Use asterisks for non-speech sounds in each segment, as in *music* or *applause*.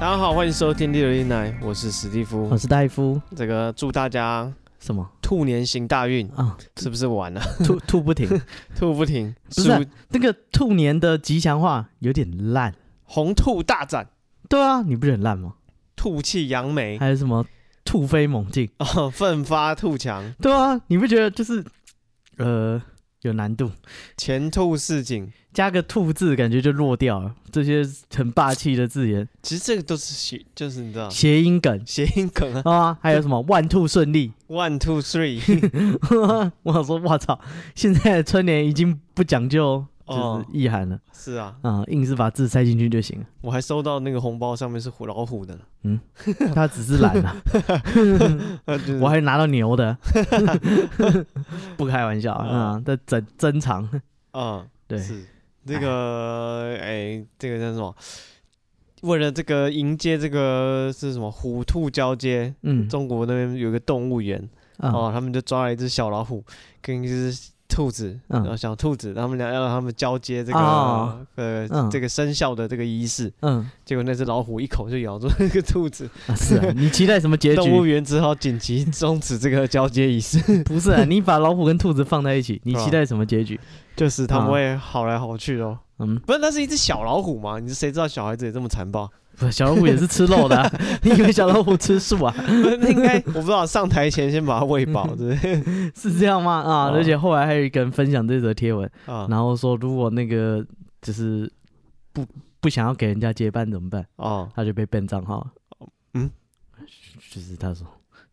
大家好，欢迎收听《第六一奶》，我是史蒂夫我。是戴夫，这个祝大家什么兔年行大运，啊？是不是完了？ *laughs* 兔兔不停，兔不停，不是啊祝那个兔年的吉祥话有点烂。红兔大展，对啊，你不是很烂吗？吐气扬眉， *laughs* 还有什么兔飞猛进？哦，奋发兔强，对啊，你不觉得就是呃有难度？前兔似锦。加个“兔”字，感觉就弱掉了。这些很霸气的字眼，其实这个都是谐，就是你知道谐音梗谐音梗啊啊，还有什么“万兔顺利 *laughs* ，one two three，” 我想说，我操，现在的春联已经不讲究就哦是意涵了是啊，啊、硬是把字塞进去就行了。我还收到那个红包上面是虎老虎的呢，他只是懒啊了、呃就是 *laughs* 我还拿到 *laughs* 牛的，不开玩笑啊、嗯，在珍 *laughs* 珍藏。嗯，对，哎是那个哎，这个叫什么？为了这个迎接这个是什么虎兔交接，嗯，中国那边有一个动物园、啊、哦，他们就抓了一只小老虎跟一只兔子，嗯然后小兔子，他们俩要让他们交接这个、哦呃、嗯这个生肖的这个仪式，嗯，结果那只老虎一口就咬住那个兔子，啊 *laughs* 是啊，你期待什么结动物局？园只好紧急终止这个交接仪 *laughs* 式，*laughs* 不是啊，你把老虎跟兔子放在一起，你是吧期待什么结局？就是他们啊会好来好去哦。嗯，不是，那是一只小老虎嘛？你谁知道小孩子也这么残 *laughs* 暴？不是，小老虎也是吃肉的啊、 *laughs* 你以为小老虎吃素啊？不是那应该我不知道，上台前先把它喂饱，对不对？是这样吗？啊，哦而且后来还有一个人分享这则贴文，啊然后说如 *laughs* 果那个就是不不想要给人家结伴怎么办？哦，他就被 ban 账号了。嗯，就是他说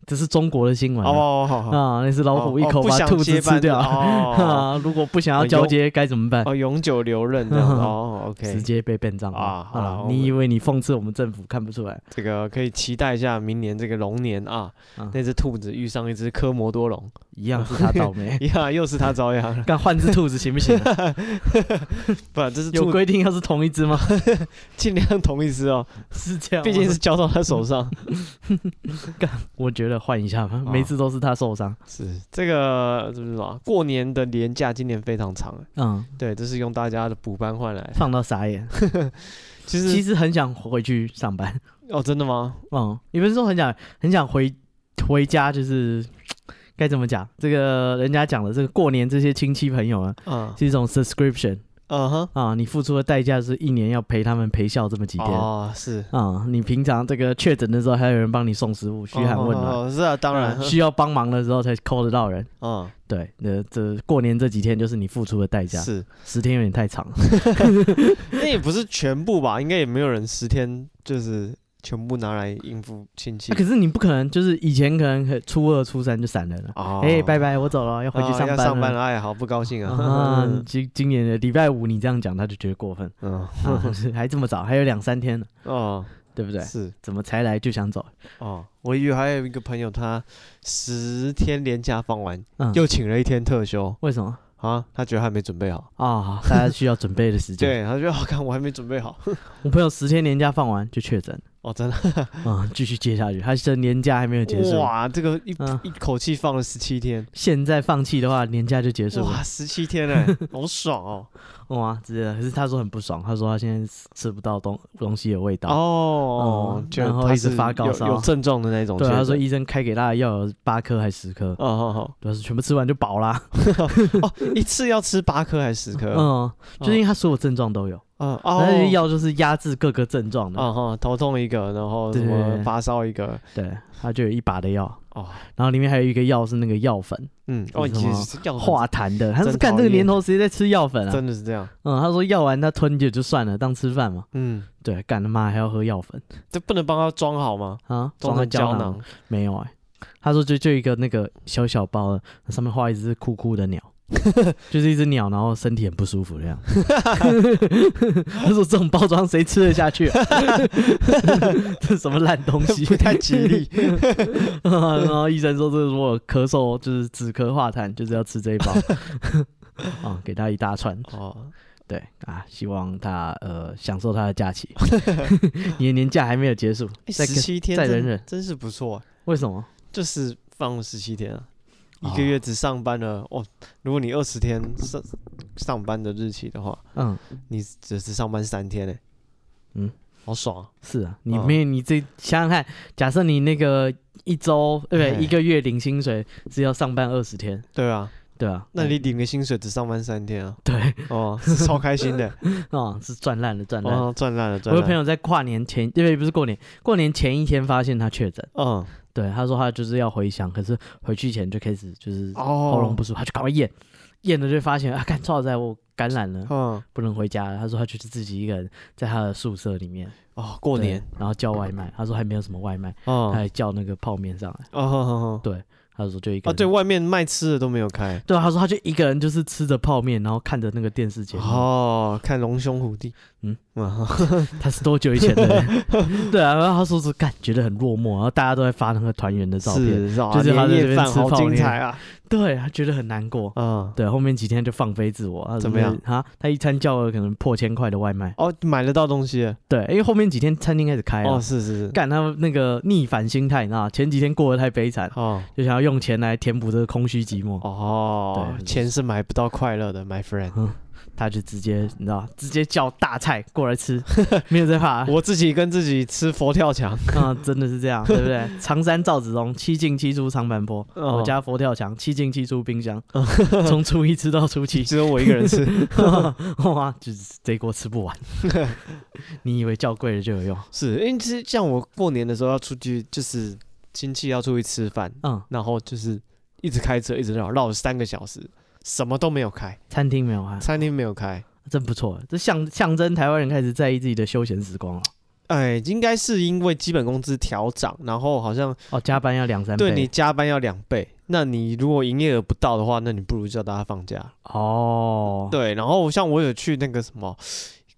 这是中国的新闻啊、哦，好好好，啊，那是老虎一哦口不把想兔接子吃班 *laughs* 掉。的哦，啊，如果不想啊要有交接该怎么办？哦， *laughs* 永久留任这样子哦，OK，直接被变账号啊好啦啊我！们你以为你讽刺我们政府看不出 *laughs* 来？这个可以期待一下明年这个龙年啊，啊那只兔子遇上一只科摩多 *laughs* 龙，。一样是他倒霉呀，又是它遭殃了。*laughs* *laughs* 干换只兔子行不行啊？ *laughs* 不，这是有兔，规定要是同一只吗？ *laughs* 尽量同一只哦，是这样吗，毕竟是交到它手 *laughs* 上。我觉得换一下吧，啊每次都是他受伤。是这个是不是啊？过年的年假今年非常长，嗯，对，这是用大家的补班换来的。放到傻 *laughs* 眼。其其实实很想回去上班。 *laughs* 哦，真的吗？嗯，也不是说很想很想回回家，就是该怎么讲？这个人家讲的这个过年这些亲戚朋友啊，嗯是一种 subscription。嗯哼，啊，你付出的代价是一年要陪他们陪笑这么几天啊、哦是，你平常这个确诊的时候，还有人帮你送食物、嘘寒问暖，哦，哦是啊，当然啊，需要帮忙的时候才 call 得到人。嗯对，那这过年这几天就是你付出的代价，是，十天有点太长了。那也不是全部吧，应该也没有人十天就是全部拿来应付亲戚 *laughs* 啊可是你不可能，就是以前可能可初二、初三就散人了。哦哎、拜拜，我走了，要回去啊上要班上班了。了，哎，好不高兴啊啊，。今今年的礼拜五你这样讲，他就觉得过分， *laughs* 嗯， *laughs* 啊、还这么早，还有两三天呢，哦，对不对？是怎么才来就想走？哦，我以为还有一个朋友，他十天连假放完，嗯，又请了一天特休为什么啊，他觉得还没准备好。啊？大家需要准备的时间。对，他觉得好看，我还没准备好。 *laughs* 我朋友十天年假放完就确诊，哦，真的，嗯，继续接下去，他这年假还没有结束。哇，这个一嗯一口气放了十七天，现在放弃的话，年假就结束了。哇，十七天哎，好爽 *laughs* 哦。哇，直接的。可是他说很不爽，他说他现在吃不到东东西的味道。哦嗯，就然后他一直是发高有烧有症状的那种哦确对，啊诊。他说医生开给他的药有八颗还十颗，哦，好好，主要是全部吃完就饱啦。一次要吃八颗还是十颗？嗯嗯，就是因为他所有症状都有，嗯那些啊哦，药就是压制各个症状的。嗯哼，头痛一个，然后什对对么对发烧一个，对，它就有一把的药，哦，然后里面还有一个药是那个药粉，嗯，这哦，是其什实么是药很化痰的。他真是干讨这个厌年头谁在吃药粉啊？真的是这样，嗯，他说药丸他吞就就算了，当吃饭嘛。嗯，对，干他妈还要喝药粉这不能帮他装好吗？啊？装到成胶囊囊，没有哎、他说就就一个那个小小包的，上面画一只酷酷的鸟， *laughs* 就是一只鸟，然后身体很不舒服这样。他说这种包装谁吃得下去、啊？ *laughs* 这什么烂东西，不太吉利。 *laughs* 然后医生说，这如果咳嗽就是止咳化痰，就是要吃这一包。 *laughs* 啊、给他一大串，哦，对啊，希望他呃享受他的假期。 *laughs* 你的年假还没有结束，再哎十七天再真，忍忍真是不错，为什么？就是放十七天啊，哦一个月只上班了哦。如果你二十天上上班的日期的话，嗯，你只是上班三天呢，嗯，好爽啊，是啊，你嗯没有你这想想看，假设你那个一周呃不嘿对一个月领薪水是要上班二十天，对啊，对啊，那你领个薪水只上班三天啊，对哦，是超开心 *laughs* 的，啊、是赚烂了赚烂了。哦，赚烂了，我赚有朋烂了，友在跨年前，因为不是过年，过年前一天发现他确诊，嗯，对，他说他就是要回乡，可是回去前就开始就是喉咙哦不，舒服，他就赶快验，验了就发现啊，干操在我感染了，嗯，不能回家了。他说他就是自己一个人在他的宿舍里面哦，过对年，然后叫外卖，他说还没有什么外卖，他哦，还叫那个泡面上来，哦，哦哦他说就一个哦，人对外面卖吃的都没有开，对啊，他说他就一个人就是吃着泡面，然后看着那个电视节目。哦，看龙兄虎弟，嗯嗯，他是多久以前的人？ *laughs* 对啊，然后他说是感觉得很落寞，然后大家都在发那个团圆的照片，是，啊就是他在年这夜边饭吃好泡精面彩啊，对他觉得很难过。嗯，对，后面几天就放飞自我，他怎么样啊？他一餐叫了可能破千块的外卖，哦，买得到东西了，对，因为后面几天餐厅开始开了哦，，是是是，干他们那个逆反心态，你知道吗前几天过得太悲惨，哦就想要用钱来填补这个空虚寂寞，哦，对钱是买不到快乐的，my friend，他就直接你知道吗直接叫大菜过来吃，没有在 *laughs* 怕啊、我自己跟自己吃佛跳墙， *laughs* 嗯真的是这样，对不 *laughs* 对？常山赵子龙七进七出长坂坡，哦我家佛跳墙七进七出冰箱， *laughs* 从初一吃到初七， *laughs* 只有我一个人吃，哇，就是这一锅吃 *laughs* 不完，你以为叫贵了就有用？是因为其实像我过年的时候要出去，就是亲戚要出去吃饭，嗯，然后就是一直开车一直绕绕了三个小时，什么都没有开，餐厅没有啊，餐厅没有开。真不错，这象象征台湾人开始在意自己的休闲时光了。哎，应该是因为基本工资调涨，然后好像哦，加班要两三倍，对你加班要两倍，那你如果营业额不到的话，那你不如叫大家放假。哦，对，然后像我有去那个什么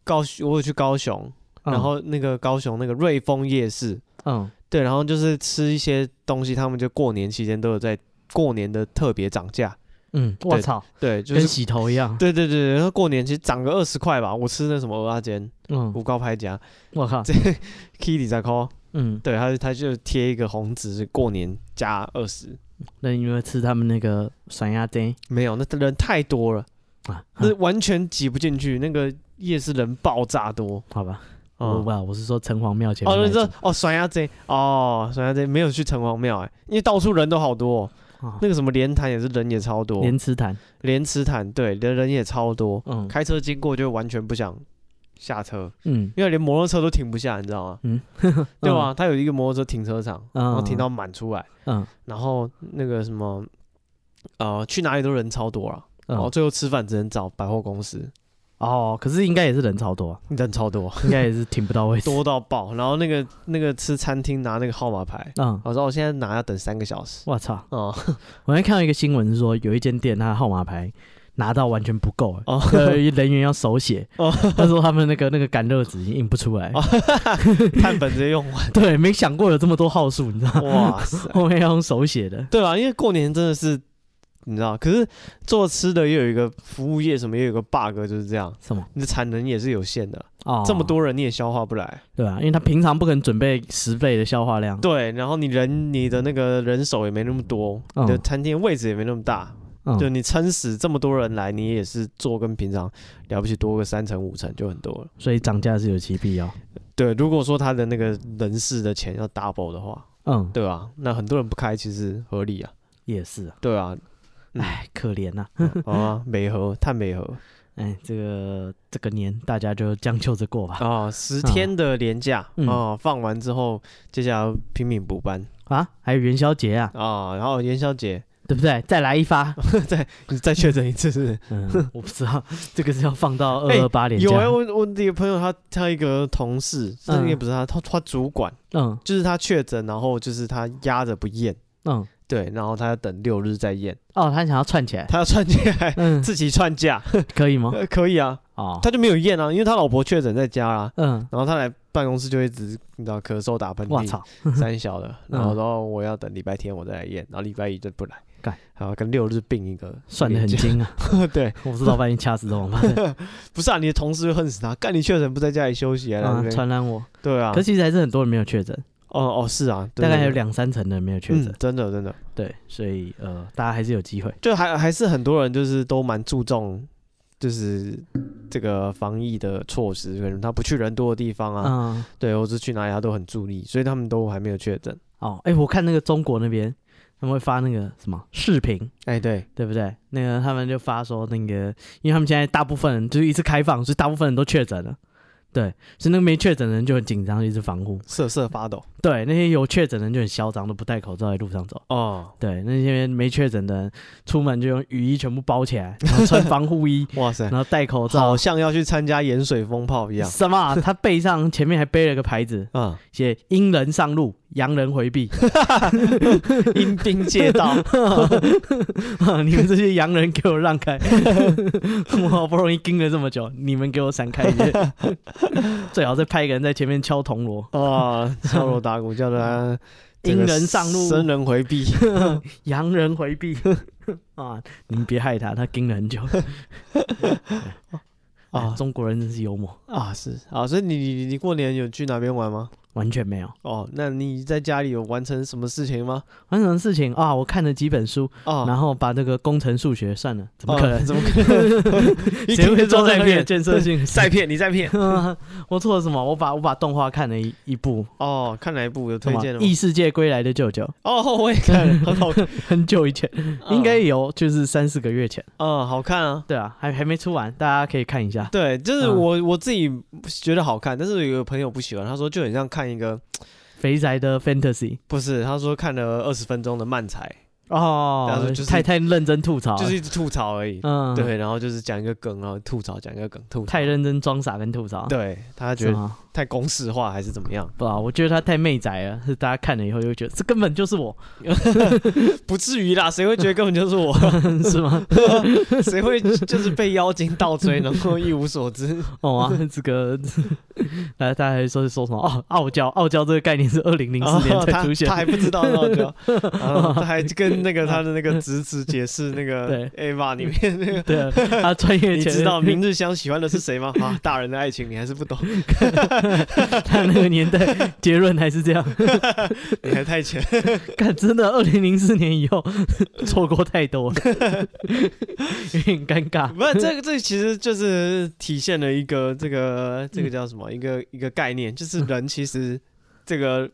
高雄，我有去高雄，嗯然后那个高雄那个瑞丰夜市，嗯对，然后就是吃一些东西，他们就过年期间都有在过年的特别涨价，嗯，我操，对，就跟是。洗头一样，对对对，然后过年其实涨个二十块吧，我吃那什么鹅阿煎、嗯，五高拍夹我靠， ，Kitty 在 call，嗯，对，他他就贴一个红纸，是过年加二十，那你有没有吃他们那个酸鸭丁没有，那人太多了，啊？那完全挤不进去，那个夜市人爆炸多。好吧，我哦、不，我是说城隍庙前面哦，那你一种。说哦，甩鸭贼哦，甩鸭贼没有去城隍庙哎、因为到处人都好多哦、哦那个什么莲潭也是人也超多，莲池潭，莲池潭对，人人也超多，嗯开车经过就完全不想下车，嗯，因为连摩托车都停不下，你知道吗？ *laughs* 对吧？它有一个摩托车停车场，嗯？然嗯，后停到满出来，嗯然后那个什么，呃，去哪里都人超多了。啊嗯然后最后吃饭只能找百货公司，哦，可是应该也是人超多啊，人超多，应该也是停不到位置。多到爆。然后那个那个吃餐厅拿那个号码牌，嗯，我说哦我现在拿要等三个小时。我操！哦，我还看到一个新闻是说，有一间店它的号码牌拿到完全不够、欸， *laughs* 哦呃人员要手写。哦 *laughs* 他说他们那个那个赶热纸已经印不出来。哦碳粉直接用完， *laughs* 对，没想过有这么多号数，你知道吗？ *laughs* 哇塞！后面要用手写的。对啊，因为过年真的是，你知道，可是做吃的又有一个服务业什么，又有一个 bug，就是这样，什么？你的产能也是有限的，哦，这么多人你也消化不来。对啊吧、因为他平常不可能准备十倍的消化量。对，然后你人你的那个人手也没那么多，嗯你的餐厅位置也没那么大，嗯，就你撑死这么多人来，你也是做跟平常了不起多个三成五成就很多了。所以涨价是有其必要。对，如果说他的那个人事的钱要 double 的话，嗯，对啊，那很多人不开其实合理啊，也是啊，对啊，嗯哎，可怜呐、好啊，美和碳美和，哎，这个这个年大家就将就着过吧。哦，十天的连假嗯哦，放完之后，接下来拼命补班啊，还有元宵节啊，啊，然后元宵节对不对？再来 *laughs* 一发。再你再确诊一次是不是？嗯，我不知道这个是要放到二哎二 *laughs* 八年假。有哎、我我的朋友他他一个同事，那嗯也不是他，他他主管，嗯就是他确诊，然后就是他压着不验，嗯，对，然后他要等六日再验，哦，他想要串起来，他要串起来嗯，自己串假，可以吗？呃 *laughs* 可以啊，哦，他就没有验啊，因为他老婆确诊在家啦，嗯，然后他来办公室就一直你知道咳嗽打喷我嚏，操，三小的，嗯然后然后我要等礼拜天我再来验，然后礼拜一就不来干，然后跟六日并一个算的很连假，精啊！ *laughs* 对，我是老板，你掐死我 *laughs* 吗？不是啊，你的同事会恨死他，干你确诊不在家里休息啊，来这嗯边传染我，对啊，可是其实还是很多人没有确诊，哦哦是啊，对大概还有对对两三成的人没有确诊嗯，，真的真的，对，所以呃，大家还是有机会。就还还是很多人就是都蛮注重，就是这个防疫的措施，可能他不去人多的地方啊，嗯，对，或是去哪里他都很注意，所以他们都还没有确诊。哦，哎，我看那个中国那边他们会发那个什么视频，哎、对，对不对？那个他们就发说那个，因为他们现在大部分人就是一次开放，所以大部分人都确诊了。对，所以那个没确诊的人就很紧张，一直防护。瑟瑟发抖对，那些有确诊的人就很嚣张，都不戴口罩在路上走。哦，对，那些没确诊的人出门就用雨衣全部包起来，然后穿防护衣，哇塞然，后戴口罩好。像要去参加盐水风炮一样。什么？他背上前面还背了个牌子，啊，写“阴人上路，洋人回避 *laughs* 阴兵借 *laughs* 道，”。你们这些洋人给我让开！ *laughs* 我好不容易盯了这么久，你们给我闪开一 *laughs* 点！最好再派一个人在前面敲铜锣，哦，敲锣打鼓叫 *laughs* 他这个阴人上路，生人回 *laughs* 避。洋人回避 *laughs* 啊！你们别害他，他盯了很久。*laughs* 啊，啊中国人真是幽默，啊是啊，所以你你你过年有去哪边玩吗？完全没有。哦，那你在家里有完成什么事情吗？完成的事情啊，我看了几本书，哦，然后把这个工程数学算了，怎么可能 *laughs* 哦？怎么可能？一谁听会就知道做那在个有骗？建设性？ *laughs* *laughs* 啊在骗你，在骗我错了什么？我把我把动画看了一一部，哦！看哪一部有推什么荐的异吗？世界归来的舅舅》，哦，我也 *laughs* 看了，很好，很久以前，应该有就是三四个月前，嗯，好看啊。对啊，还还没出完，大家可以看一下。对，就是嗯我我自己觉得好看，但是有个朋友不喜欢，他说就很像看一个肥宅的 fantasy 不是，他说看了二十分钟的漫才，然哦后，就是太太认真吐槽了，就是一直吐槽而已。嗯，对，，然后就是讲一个梗，然后吐槽，讲一个梗，吐槽。太认真装傻跟吐槽，，对他觉是得吗？太公式化还是怎么样？不啊，我觉得他太媚宅了，是大家看了以后就会觉得这根本就是我，不至于啦，谁会觉得根本 *laughs* 就是 *laughs* 我？是吗？谁会就是被妖精倒追，然后一无所知？哦啊，这 *laughs* 个，来，大家还说是说什么？哦，傲娇，傲娇这个概念是二零零四年哦才出现他，他还不知道那 *laughs* 就，然后哦他还跟那个他的那个侄子解释那个 Ava 里面那个。对啊，他穿 *laughs* 越你前知道明日香喜欢的是谁吗？啊，大人的爱情你还是不懂，他那个年代结论还是这样，你还太浅。 *laughs* 看真的，二零零四年以后错过太多了， *laughs* 有点尴尬。不是，这个这个其实就是体现了一个这个这个叫什么？一个一个概念，就是人其实这个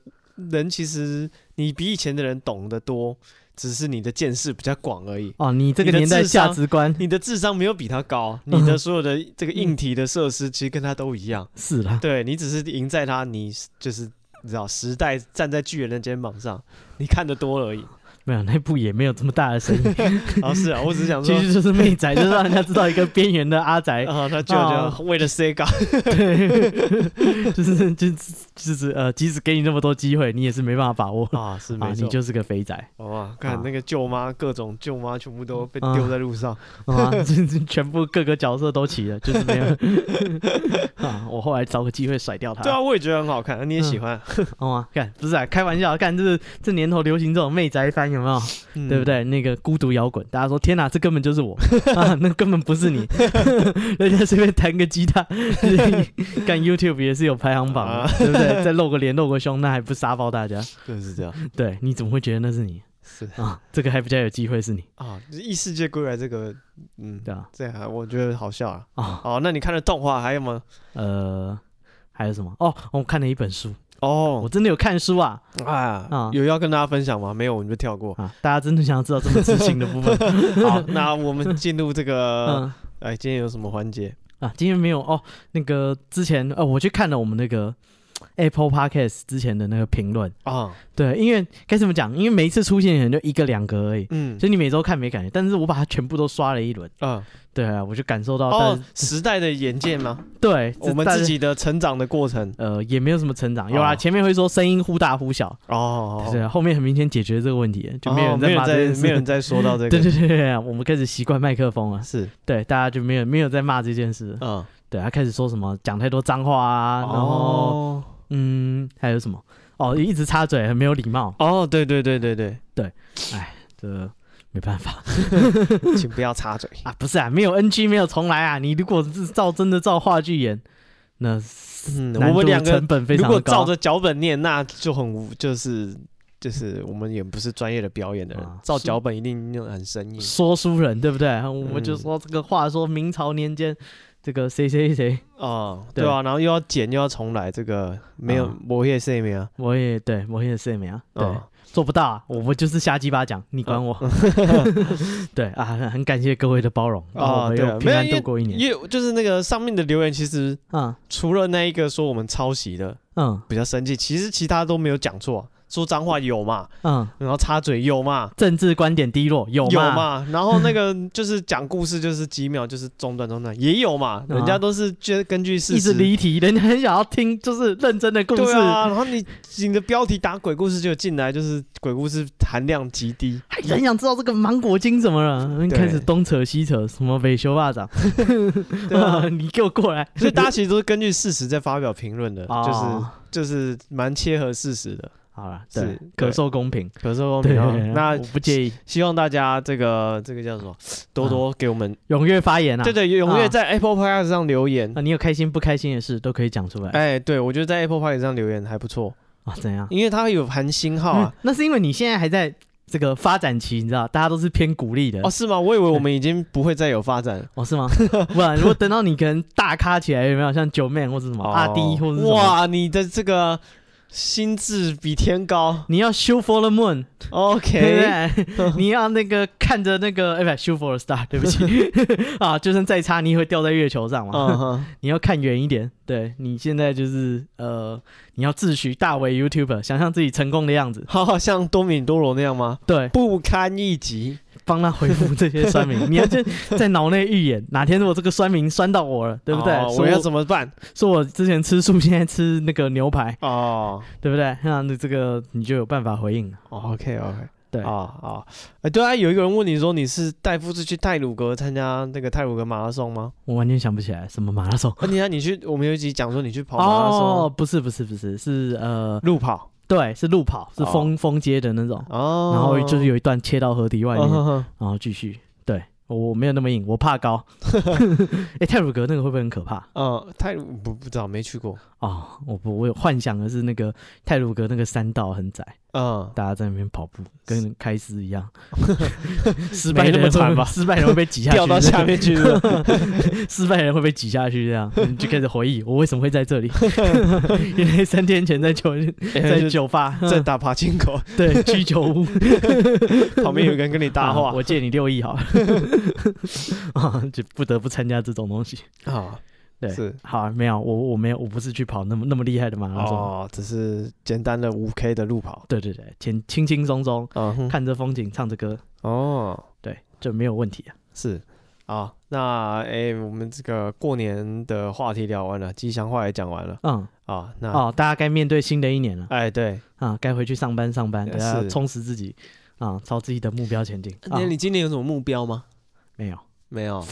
人其实你比以前的人懂得多，只是你的见识比较广而已。哦，你这个你的年代智商价值观你的智商没有比他高，你的所有的这个硬体的设施其实跟他都一样。是啦，对你只是赢在他，你就是你知道时代站在巨人的肩膀上，你看得多了而已。没有那部也没有这么大的声音，啊，是啊，我只是想说其，实就是媚宅，就是让人家知道一个边缘的阿宅， *laughs* 啊，他舅哦舅为了 Sega，对，就是就是就是呃，即使给你那么多机会，你也是没办法把握。啊，是啊，没你错。就是个肥 *laughs* 宅，哇，看啊那个舅妈，各种舅妈全部都被啊丢在路上。啊，这这 *laughs* 全部各个角色都齐了，就是没有 *laughs* 啊。我后来找个机会甩掉他。对啊，我也觉得很好看，你也喜欢，好吗？干不是啊，开玩笑，干这是这年头流行这种媚宅番有没有？嗯对不？对？那个孤独摇滚，大家说天哪，这根本就是我啊，那根本不是你， *laughs* 人家随便弹个吉他， *laughs* 干 YouTube 也是有排行榜的，啊对不对？再露个脸露个胸，那还不杀爆大家？就是这样。对，你怎么会觉得那是你是啊？这个还比较有机会是你，啊，异世界归来这个，嗯，对吧、这样我觉得好笑啊。啊？哦，那你看的动画还有吗？呃，还有什么？哦，我看了一本书，我哦真的有看书啊啊啊，有要跟大家分享吗？没有，我们就 *laughs*。跳过 *laughs* 啊！大家真的想要知道这么知性的部分？好，那我们进入这个嗯，哎，今天有什么环节？啊，今天没有哦。那个之前哦，我去看了我们那个 Apple Podcast 之前的那个评论，啊，对，因为该怎么讲？因为每一次出现可能就一个两个而已，嗯，所以你每周看没感觉，但是我把它全部都刷了一轮，啊，对啊，我就感受到，但哦是，时代的眼界吗？对，我们但是自己的成长的过程。呃也没有什么成长，有啦，哦前面会说声音忽大忽小，哦，对啊，后面很明显解决这个问题，就没有哦人没在有骂这件在事，没有人在说到这 *laughs* 对个，对对对，我们开始习惯麦克风了，啊是，对，大家就没有没有在骂这件事，嗯，对，他开始说什么讲太多脏话啊，然后。哦嗯，还有什么？哦，一直插嘴，很没有礼貌。哦，对对对对对，这没办法请不要插嘴。啊，不是啊，没有 NG，没有重来啊。你如果是照真的照话剧演，那嗯，难我们度两个成本非如常果的照高。着脚本念，那就很无，就是就是我们也不是专业的表演的人啊，照是脚本一定那种很生硬。说书人对不对？我嗯就说这个话，说明朝年间这个谁谁谁，哦，对对啊，然后又要剪又要重来，这个没有啊磨也是没有。我也对我也是没啊，对，哦做不到、啊，我们就是瞎鸡巴讲，你管我。 *laughs* 对啊，很很感谢各位的包容，然后我哦，们对又啊，平安因度为过一年。因为就是那个上面的留言，其实嗯除了那一个说我们抄袭的嗯比较生气，其实其他都没有讲错啊。说脏话有嘛，嗯，然后插嘴有嘛，政治观点低落有有吗？嘛，然后那个 *laughs* 就是讲故事，就是几秒，就是中断中断，也有嘛，人家都是就根据事啊一直实。离题，人家很想要听就是认真的故对事，啊，然后你你的标题打鬼故事就进来，就是鬼故事含量极 *laughs* 低。还很想知道这个芒果精怎么了，对开始东扯西扯，什么维修霸掌，对啊 *laughs* 你给我过来，所以大家其实都是根据事实在发表评论 *laughs* 的，哦 *laughs* 就是就是蛮切合事实的。好了，是对，对可受公平，可是我对们，哦 *laughs* 那我不介意，希望大家这个这个叫什么，多多给我们，踊跃发言啊，对对，踊跃啊在 Apple Podcast 上留言啊，。你有开心不开心的事都可以讲出来哎，对我觉得在 Apple Podcast 上留言还不错，啊，怎样？因为它有含星号啊嗯。那是因为你现在还在这个发展期，你知道，大家都是偏鼓励的哦，是吗？我以为我们已经不会再有发展 *laughs* 了。哦，是吗？不然如果等到你可能大咖起来，有没有像九妹或者什么阿弟或者什么？哦哇，你的这个心智比天高。你要 shoot for the moon， OK，对不对？你要那个看着那 *laughs* 个，哎，不，shoot for a star，对不起 *laughs* 啊，就算再差，你也会掉在月球上嘛。嗯 *laughs* 哼，你要看远一点，对你现在就是呃，你要自诩大为 YouTuber，想象自己成功的样子，好好像多米多罗那样吗？对，不堪一击。帮他回复这些酸 *laughs* 民。你要就在脑内预演，哪天如果这个酸民酸到我了，对不对？哦说我要怎么办？说我之前吃素，现在吃那个牛排，哦对不对？那你这个你就有办法回应了。 ，OK OK，对啊啊，哎，对啊，有一个人问你说你是代夫是去泰鲁格参加那个泰鲁格马拉松吗？ *laughs* 我完全想不起来什么马拉松。哦而且啊，你去我们有一集讲说你去跑马拉松，不是不是不是，是呃，路跑对，是路跑，是哦封封街的那种，哦，然后就是有一段切到河堤外面，嗯哼哼然后继续。对我我没有那么硬，我怕高。 *laughs* 哎、泰鲁格那个会不会很可怕？嗯，泰鲁不不知道没去过，哦，我不，我有幻想的是那个泰鲁格那个山道很窄，嗯，大家在那边跑步，跟开司 *laughs* 一样，失没败那么人会惨吧失败人会被挤下去，掉到下面去了。 *laughs* 失败人会被挤下去，这样你就开始回忆我为什么会在 *laughs* 这里， *laughs* 原来三天前在酒在 *laughs* 在酒吧在打爬进 *laughs* 口，对居酒屋旁边有个人跟你搭啊话我借你六亿好了， *laughs* 啊，就不得不参加这种东西。啊，对是好啊，没有，我我没有，我不是去跑那么那么厉害的马拉松，哦，只是简单的五 K 的路跑，对对对，轻轻轻松松嗯哼，看着风景，唱着歌，哦，对，这没有问题啊。是啊，那哎，我们这个过年的话题聊完了，吉祥话也讲完了嗯，啊，那哦，大家该面对新的一年了哎对，啊，该回去上班上班，呃大家是充实自己啊，朝自己的目标前进啊呃那。你今年有什么目标吗？没有，没有，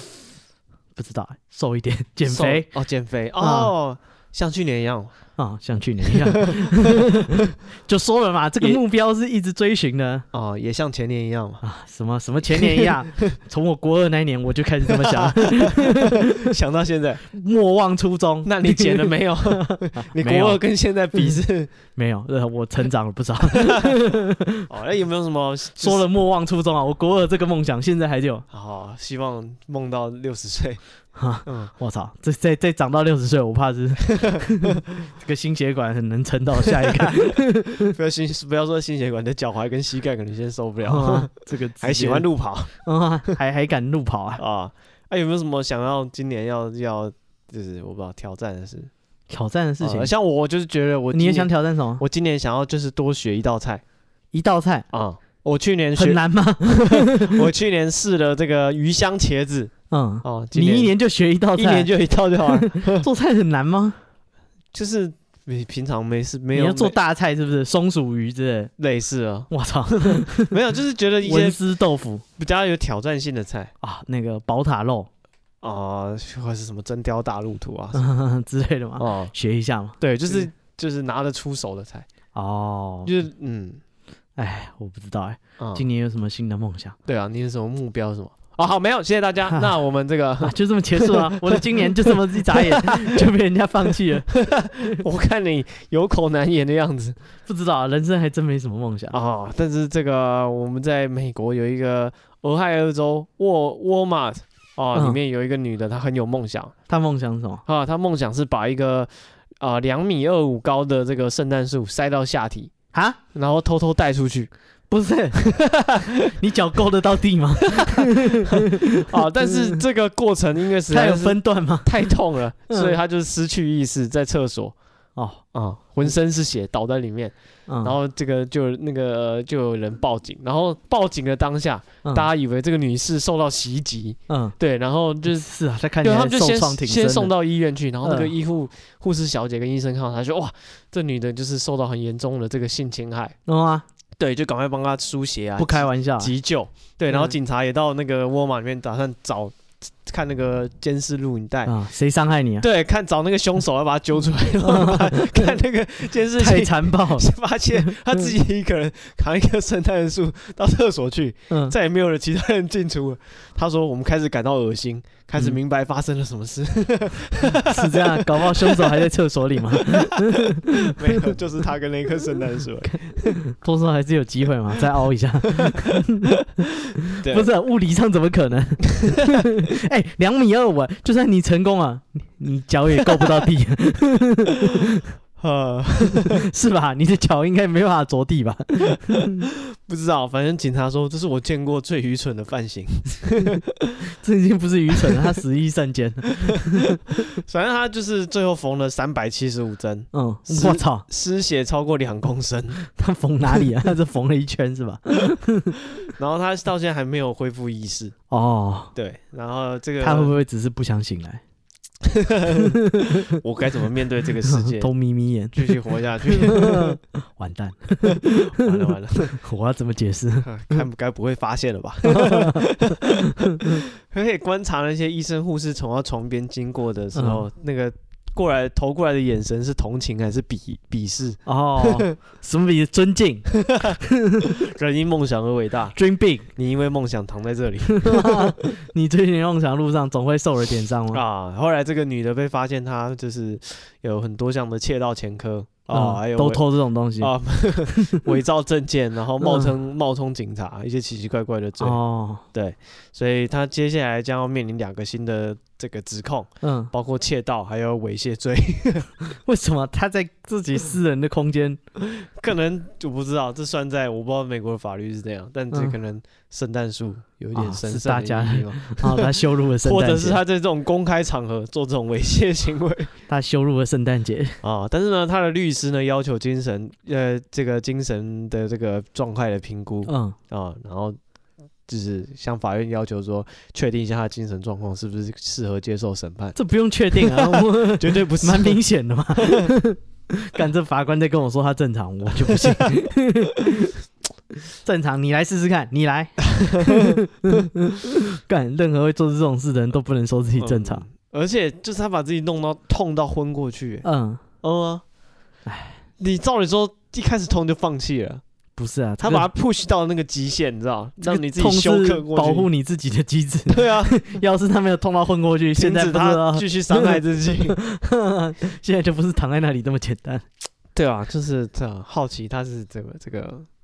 不知道欸，瘦一 *laughs* 点，减肥瘦哦，减肥哦，像去年一样啊，像去年一 *laughs* 样，就说了嘛，这个也目标是一直追寻的。哦，也像前年一样嘛， *laughs* 啊，什么什么前年 *laughs* 一样，从我国二那一年我就开始这么想，想到现 *laughs* 在，莫忘初衷。那你减了没有？你国没有二跟现在比是 *laughs* *laughs* 没有，呃，我成长了不少。哦，那有没有什 *laughs* 么说了？了莫忘初衷啊，我国二这个梦想现在还有。好，希望梦到六十岁。 *laughs* 哈嗯，我操，这再再长到六十岁，我 *laughs* 怕是这个心血管很能撑到 *laughs* 下一个。不要心，不要说心血管，你的脚踝跟膝 *laughs* 盖可能先受不了。啊这个直接嗯嗯还喜欢路跑啊，还还敢路跑啊？啊？哎、啊，有没有什么想要今年要要就是我不知道挑战的事？挑战的事情呃，像我就是觉得我你也今想年，挑战什么？我今年想要就是多学一道菜一道菜啊、我去年哦很学，难 *laughs* 吗？我去年试了这个鱼香茄子嗯，哦，今你一年年就学一道菜，一年就一道就 *laughs* 好了，做菜很难吗？就是你平常没事没你有要做没大菜是不是？松鼠鱼之类的，类似啊，我操，没有，就是觉得一文些思豆腐比较有挑战性的菜啊，那个宝 *laughs* 塔肉啊、或是什么真雕大陆图 *laughs* 啊，之类的嘛，哦，学一下嘛。对，就是就是拿得出手的菜，哦，就是嗯。哎，我不知道哎，啊、今年有什么新的梦想？ *laughs* 对啊，你有什么目标是什么？哦，好，没有，谢谢 *laughs* 大家。那我们这个，啊，就这么结 *laughs* 束啊！我的今年就这么一眨眼就被人家放弃了，我看你有口难言的样 *laughs* 子不知道啊，人生还真没什么梦想啊、。但是这个我们在美国有一个俄亥俄州沃沃尔玛哦，嗯里面有一个女的，她很有梦想他梦想是什么？啊，她梦想是把一个啊两、2米二五高的这个圣诞树塞到下体，啊，然后偷偷带出去不是， *laughs* 你脚够得到地 *laughs* 吗？啊。但 *laughs* 是这个过程因为实它在有是分段吗？太痛了，嗯所以她就失去意识，在厕所哦，啊、浑身是血，倒在里面。嗯，然后这个就那个就有人报警，然后报警的当下，后大家以为这个女士受到袭击，嗯，对，然后就是是是啊，他看起对，来他们就受先创挺深先的送到医院去，然后那个嗯医护、护士小姐跟医生看到她说，哇，这女的就是受到很严重的这个性侵害，懂吗？对，就赶快帮她输血啊，嗯啊不开玩笑啊，急急救，对，然后嗯警察也到那个沃尔玛里面打算找看那个监视录影带。啊，谁伤 *laughs* 害你啊？对，看找那个凶手，要把他揪出来，然后把看那个监视太器残暴 *laughs* 了，是发现他自己一个人扛一棵圣诞树到厕所去，嗯，再也没有人其他人进出了。他说：“我们开始感到恶心，开始明白发生了什么 *laughs* 事。是这样，搞不好凶手还在厕所里嘛， *laughs* 没有， *laughs* 就是他跟那棵圣诞 *laughs* 树。多少还是有机会嘛， *laughs* 再凹一下。对，不是啊物理上怎么可能？ *laughs* 哎、两米二五，就算你成功啊，你你脚也够不到地， *laughs* 呃，是吧？你的脚应该没办法着地吧？ *laughs* 不知道，反正警察说这是我见过最愚蠢的犯行。 *laughs* 这已经不是愚蠢了，他死一瞬间。反正他就是最后缝了三百七十五针，嗯，是我操，失血超过两公升， *laughs* 他缝哪里啊？他是缝了一圈是吧？然后他到现在还没有恢复意识。哦，对，啊然后这个他会不会只是不想醒来，我该怎么面对这个 *laughs* 世界？都眯眯眼？继续活下去，完蛋， *laughs* 完了 *laughs* 完了。”我要怎么解释？ *laughs* 啊看不该不会发现了吧？ *laughs* 可以观察那些医生护士从他床边经过的时候，嗯那个过来投过来的眼神是同情还是鄙鄙视？哦， *laughs* 什么比尊敬人因梦想而伟大， ？Dream big，你因为梦想躺在这里 *laughs* 你追寻梦想路上总会受了点伤吗？啊！后来这个女的被发现，她就是有很多项的窃盗前科啊，嗯还有都伪偷这种东西啊，伪造证件，然后冒充冒充警察，一些奇奇怪怪的罪，哦，所以她接下来将要面临两个新的这个指控，嗯。包括窃盗还有猥亵罪。为什么他在自己私人的空 *laughs* 间？可能我不知道，这算在我不知道美国的法律是这样，但这嗯可能圣诞树有一点啊神是圣大的家意义吗？然哦后他羞辱了 *laughs* 圣或诞节，者是他在这种公开场合做这种猥亵行 *laughs* 为他羞辱了圣诞 *laughs* 节。啊？但是呢，他的律师呢要求精神呃这个精神的这个状态的评估嗯，啊，然后就是向法院要求说，确定一下他的精神状况是不是适合接受审 *laughs*，判这不用确定啊，我 *laughs* 绝对不是蛮明显的嘛。 *laughs* 干这法官在跟我说他正常，我就不信。 *laughs* 正常，你来试试看，你来。 *laughs* 干任何会做出这种事的人都不能说自己正常。嗯而且就是他把自己弄到痛到昏过去，欸嗯，嗯啊，你照理说一开始痛就放弃了，不是啊，他把它 push 到那个极限，你知道，这个让你自己痛休是克过去。保护你自己的机制。 *laughs* 对啊，要是他没有痛到混过去，现停在止不知道他继续伤害自己。 *laughs* 现在就不是躺在那里那么简单。对啊，就是这样好奇他是这个这个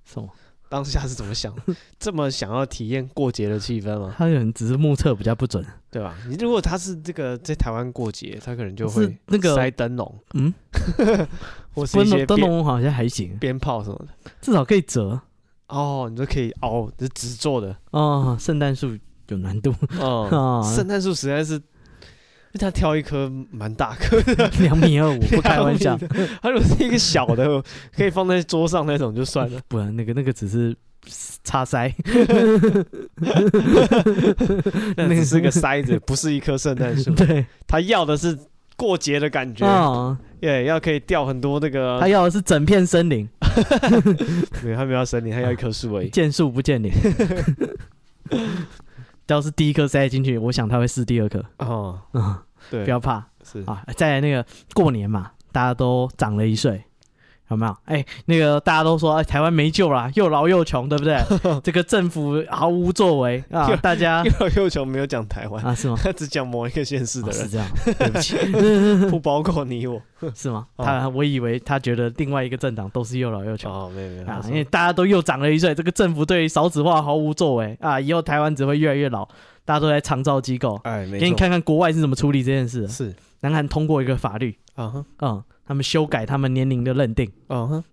什么？当下是怎么 *laughs* 想，这么想要体验过节的气氛吗？他可能只是目测比较不准。对吧？你如果他是这个在台湾过节，他可能就是会那个塞灯笼，嗯，或是一灯笼些灯鞭笼好像还行，鞭炮什么的。至少可以折 *laughs* 哦，你就可以哦，这纸做的哦。圣诞树有难度，嗯啊，圣诞树实在是，因为它挑一棵蛮大 *laughs* 棵的，，两米二五，不开玩笑它如果是一个小 *laughs* 的，可以放在桌上那种就算了。不然那个那个只是插塞， *laughs* 那只是个塞子，不是一棵圣诞树。 *laughs* 对它要的是过节的感觉，啊，耶，要可以掉很多那个他。要的是整片森林，没有，他没有要森林，他要一棵树 *laughs* 而已。见树不见林。要是第一颗塞进去，我想他会试第二颗，哦，嗯，对，不要怕，是啊，再来那个过年嘛，大家都长了一岁，有没有？哎、那个大家都说、哎台湾没救啦，又老又穷，对不对？ *laughs* 这个政府毫无作为啊又，大家又老又穷，没有讲台 *laughs* 湾，啊是吗？他只讲某一个县市的哦是人，这样，对不起， *laughs* 啊不包括你 *laughs* 我。是吗？哦他我以为他觉得另外一个政党都是又老又穷。哦，没有没有，啊他，因为说大家都又长了一岁，这个政府对于少子化毫无作为啊，以后台湾只会越来越老，大家都在长照机构，哎，没给你错，看看国外是怎么处理这件事的。是南韩通过一个法律，啊哈嗯，他们修改他们年龄的认定，啊哈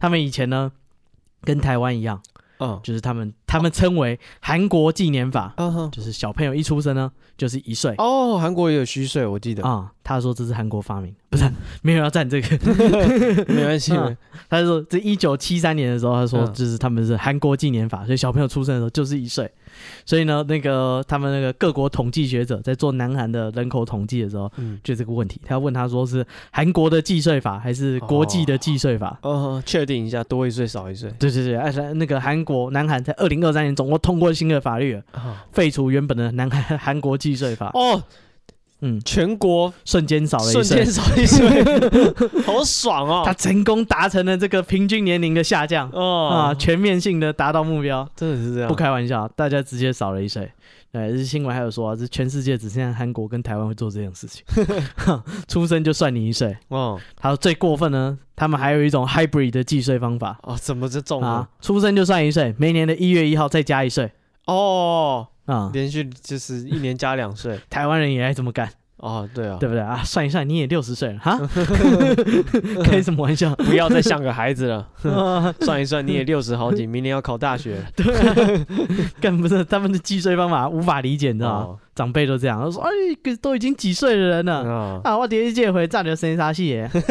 他们以前呢，跟台湾一样，啊就是他们他们称为韩国纪年法，啊 *laughs* 哈。就是小朋友一出生呢就是一岁啊、哦，韩国也有虚岁，我记得，他说这是韩国发明，不是没有要赞这个。 *laughs* 没关系，嗯他说这一九七三年的时候，他说嗯就是他们是韩国纪年法，所以小朋友出生的时候就是一岁。所以呢，那个他们那个各国统计学者在做南韩的人口统计的时候，嗯，就这个问题，他问他说是韩国的计税法还是国际的计税法？哦，确定一下，多一岁少一岁对对对，而且那个韩国南韩在二零二三年总共通过新的法律了，啊，废除原本的南韩韩国计税法，哦，嗯，全国瞬间少了一瞬间岁，少一 *laughs* 岁，好爽他哦，成功达成了这个平均年龄的下降啊，哦，全面性的达到目标，真的是这样，不开玩笑，大家直接少了一岁。对，这新闻还有说啊，这全世界只剩下韩国跟台湾会做这种 *laughs* 事情， *laughs* 出生就算你一岁。哦还有最过分呢，他们还有一种 hybrid 的计税方法哦，怎么这中啊了？，出生就算一岁，每年的一月一号再加一岁哦，啊。连续就是一年加两 *laughs* 岁，台湾人也爱这么干。哦，对啊，对不对啊？算一算，你也六十岁了 *laughs* 哈，开什么玩笑？不要再像个孩子 *laughs* 了，啊算一算你也六十好几，明年要考大 *laughs* 学，干不是他们的计税方法无法理解，你你知道吗？长辈都这样，他说：“哎，个都已经几岁的人了、哦啊，啊，我第一届回炸流生杀戏耶！ *laughs*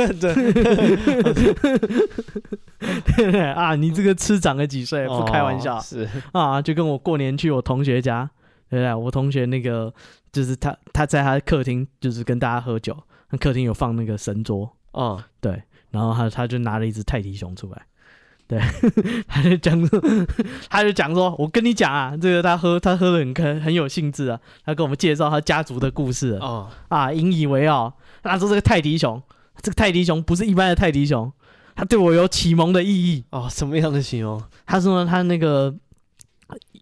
对，啊，你这个吃长了几岁？不开玩笑、哦是 *laughs* 啊！就跟我过年去我同学家，对不对？我同学那个就是他，他在他客厅就是跟大家喝酒，那客厅有放那个神桌，啊，对，然后他他就拿了一只泰迪熊出来，对， *laughs* 他就讲说， *laughs* 他就讲说，我跟你讲啊，这个他喝他喝的很开，很有兴致啊，他跟我们介绍他家族的故事啊哦，啊，引以为傲。他说这个泰迪熊，这个泰迪熊不是一般的泰迪熊，它对我有启蒙的意义。哦，什么样的形容？他说他那个。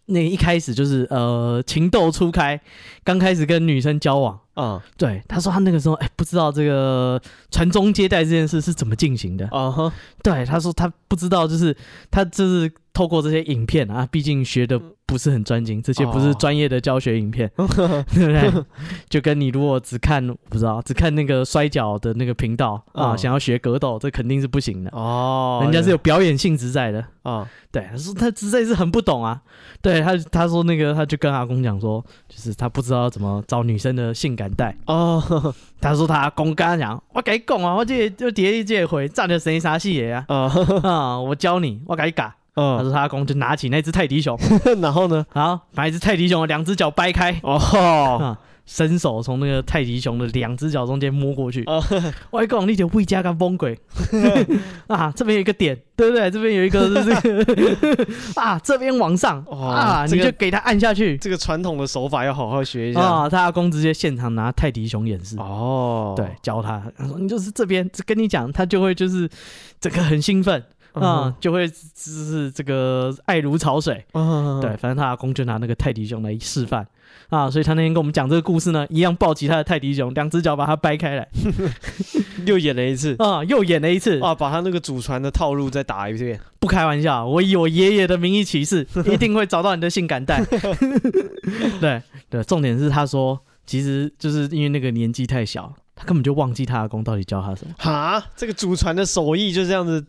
那一开始就是呃情窦初开，刚开始跟女生交往，啊对他说他那个时候哎、不知道这个传宗接代这件事是怎么进行的，啊 *laughs* 哈，对，他说他不知道，就是他就是透过这些影片啊，毕竟学的不是很专精，这些不是哦专业的教学影片，对不 *laughs* 对？就跟你如果只看我不知道，只看那个摔跤的那个频道啊，嗯想要学格斗，这肯定是不行的。哦，人家是有表演性质在的，啊，对，他说他实在是很不懂啊，对他他说那个他就跟阿公讲说，就是他不知道怎么找女生的性感带，哦， *laughs* 他说他阿公跟他讲，我跟你讲啊，我这就第一届回站着谁啥戏的啊， *laughs* 啊， *laughs* 啊，我教你，我改嘎。他嗯，说他阿公就拿起那只泰迪熊， *laughs* *laughs* 然后呢？然后把一只泰迪熊的两只脚掰开，哦，啊，伸手从那个泰迪熊的两只脚中间摸过去。哦我跟你讲，你就胃加个崩 *laughs* 鬼啊！这边有一个点，对不对？这边有一个这个 *laughs* 啊，这边往上哦啊，这你个就给他按下去这个传统的手法要好好学一下。啊！他阿公直接现场拿泰迪熊演示。哦，对，，教他，他说你就是这边，跟你讲，他就会就是这个很兴奋啊、啊，就会就是这个爱如潮水，嗯对，对，反正他阿公就拿那个泰迪熊来示范啊，所以他那天跟我们讲这个故事呢，一样抱起他的泰迪熊，两只脚把它掰开来又演了一次。啊，又演了一次啊，把他那个祖传的套路再打一遍，不开玩笑，我以我爷爷的名义 *laughs* 起誓，一定会找到你的性感带。对对，重点是他说，其实就是因为那个年纪太小，他根本就忘记他阿公到底教他什么。哈，这个祖传的手艺就这样子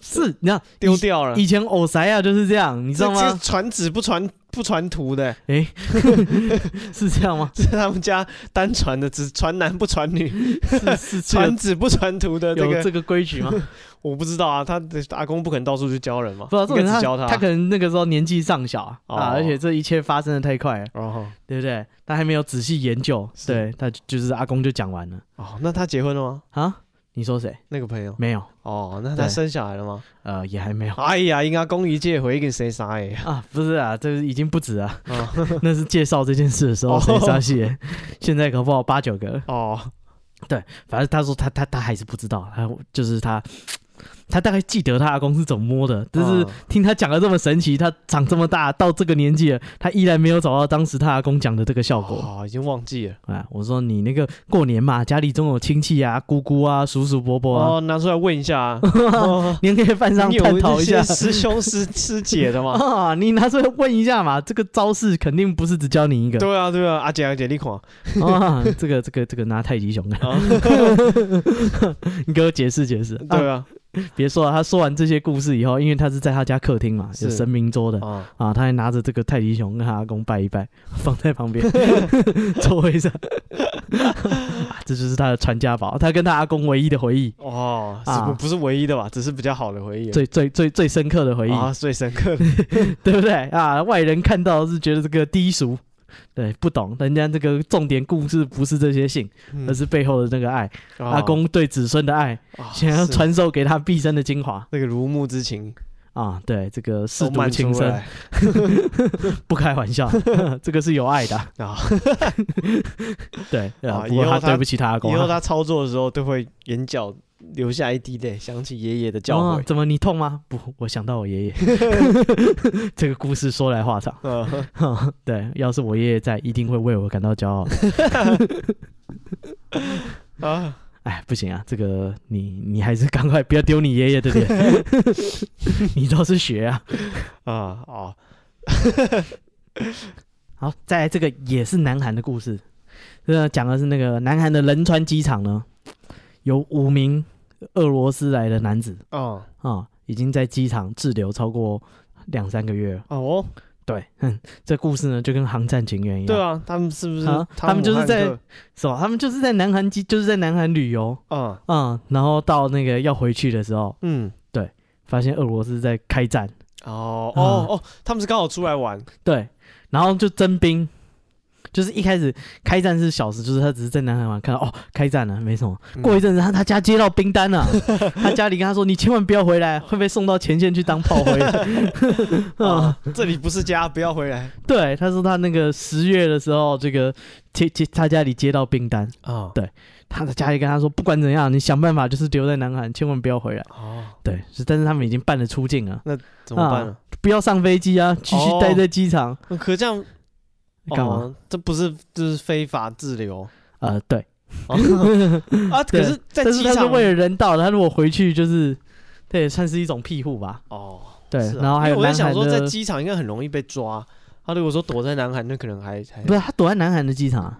是，你看丢掉了。以前偶塞啊就是这样，你知道这吗这？传纸不传不传图的， *laughs*？哎、 *laughs* 是这样吗是他们家单传的，只传男不传女， *laughs* 是是是传纸不传图的这有有个这个规矩吗？我不知道啊。他的阿公不肯到处去教人嘛，不知应道，重该点只是教他他可能那个时候年纪尚小啊，哦啊而且这一切发生的太快了，哦对不对？他还没有仔细研究，是对他就就是阿公就讲完了哦，那他结婚了吗？啊？你说谁？那个朋友没有，哦，那他嗯对生小孩了吗？呃，也还没有哎呀，应该公一介回给谁啥 *laughs* 耶？啊，不是啊，这已经不止啊， *laughs* 啊那是介绍这件事的时候哦谁撒谢，现在搞不好八九个，哦，反正他说他他他还是不知道，他就是他。他大概记得他阿公是怎么摸的，但是嗯听他讲的这么神奇，他长这么大到这个年纪了，他依然没有找到当时他阿公讲的这个效果。哦，已经忘记了啊，我说你那个过年嘛，家里总有亲戚啊、姑姑啊、叔叔伯伯啊，哦，拿出来问一下 *laughs* 啊。哦您可以犯上你有探讨一下那些师兄师师姐的吗？ *laughs* 啊，你拿出来问一下嘛，这个招式肯定不是只教你一个对啊，对啊，阿姐阿姐，你看， *laughs* 哦啊，这个这个这个拿太极熊的， *laughs* 你给我解释解释。*laughs* 啊对啊，别说了，他说完这些故事以后，因为他是在他家客厅嘛，有是神明桌的。啊， *laughs* 啊，他还拿着这个泰迪熊跟他阿公拜一拜， *laughs* 放在旁 *laughs* 边座位上、 *laughs* 啊这就是他的传家宝，他跟他阿公唯一的回忆，哦，是啊不不是唯一的吧？只是比较好的回忆而已，最最最最深刻的回忆。啊，最深刻 *laughs* 的对不对啊？外人看到是觉得这个低俗，对，不懂人家这个重点故事不是这些性，嗯而是背后的那个爱，哦阿公对子孙的爱，啊想要是传授给他毕生的精华那个如沐之情，啊！对，这个舐都犊漫出情深，来不开玩 *laughs* 笑，这个是有爱的啊。 *laughs* 对，啊不以过后他他对不起他阿公以后啊。他操作的时候都会眼角流下一滴泪，想起爷爷的教哦诲，。怎么你痛吗？不，我想到我爷 *laughs* 爷。这个故事说来话长。嗯对，要是我爷爷在，一定会为我感到骄傲。 *laughs* 啊，哎，不行啊，这个你你还是赶快不要丢你爷爷的脸， *laughs* 你倒是学啊。啊哦，好，再来这个也是南韩的故事，这个讲的是那个南韩的仁川机场呢，有五名俄罗斯来的男子哦啊、已经在机场滞留超过两三个月了。哦，对，哼，这故事呢就跟《航站情缘》一样，对啊，他们是不是啊汤姆他们就是汉克在是吧？他们就是在南韩机，就是在南韩旅游嗯啊、然后到那个要回去的时候，嗯。发现俄罗斯在开战。哦啊哦哦，他们是刚好出来玩，对，然后就征兵，就是一开始开战是小事，就是他只是在南海玩，看到哦开战了，没什么。嗯过一阵子他他家接到兵单了、 *laughs* 他家里跟他说你千万不要回来，会被送到前线去当炮 *laughs* 灰。啊，嗯这里不是家，不要回 *laughs* 来对，他说他那个十月的时候，这个接接他家里接到兵单，啊对他的家里跟他说不管怎样，你想办法就是留在南韩，千万不要回来。哦，对，是但是他们已经办了出境了，怎么办啊呢？不要上飞机啊，继续哦待在机场、可这样啊干嘛？哦这不是就是非法滞留呃，对。 *laughs* 哦啊？可是，在但是机他是场为了人道的，他如果回去就是，对，也算是一种庇护吧。哦，对，是啊然后还因有为我在南想韩说，的，在机场应该很容易被抓。他如果说躲在南韩，那可能还还不是他躲在南韩的机场啊、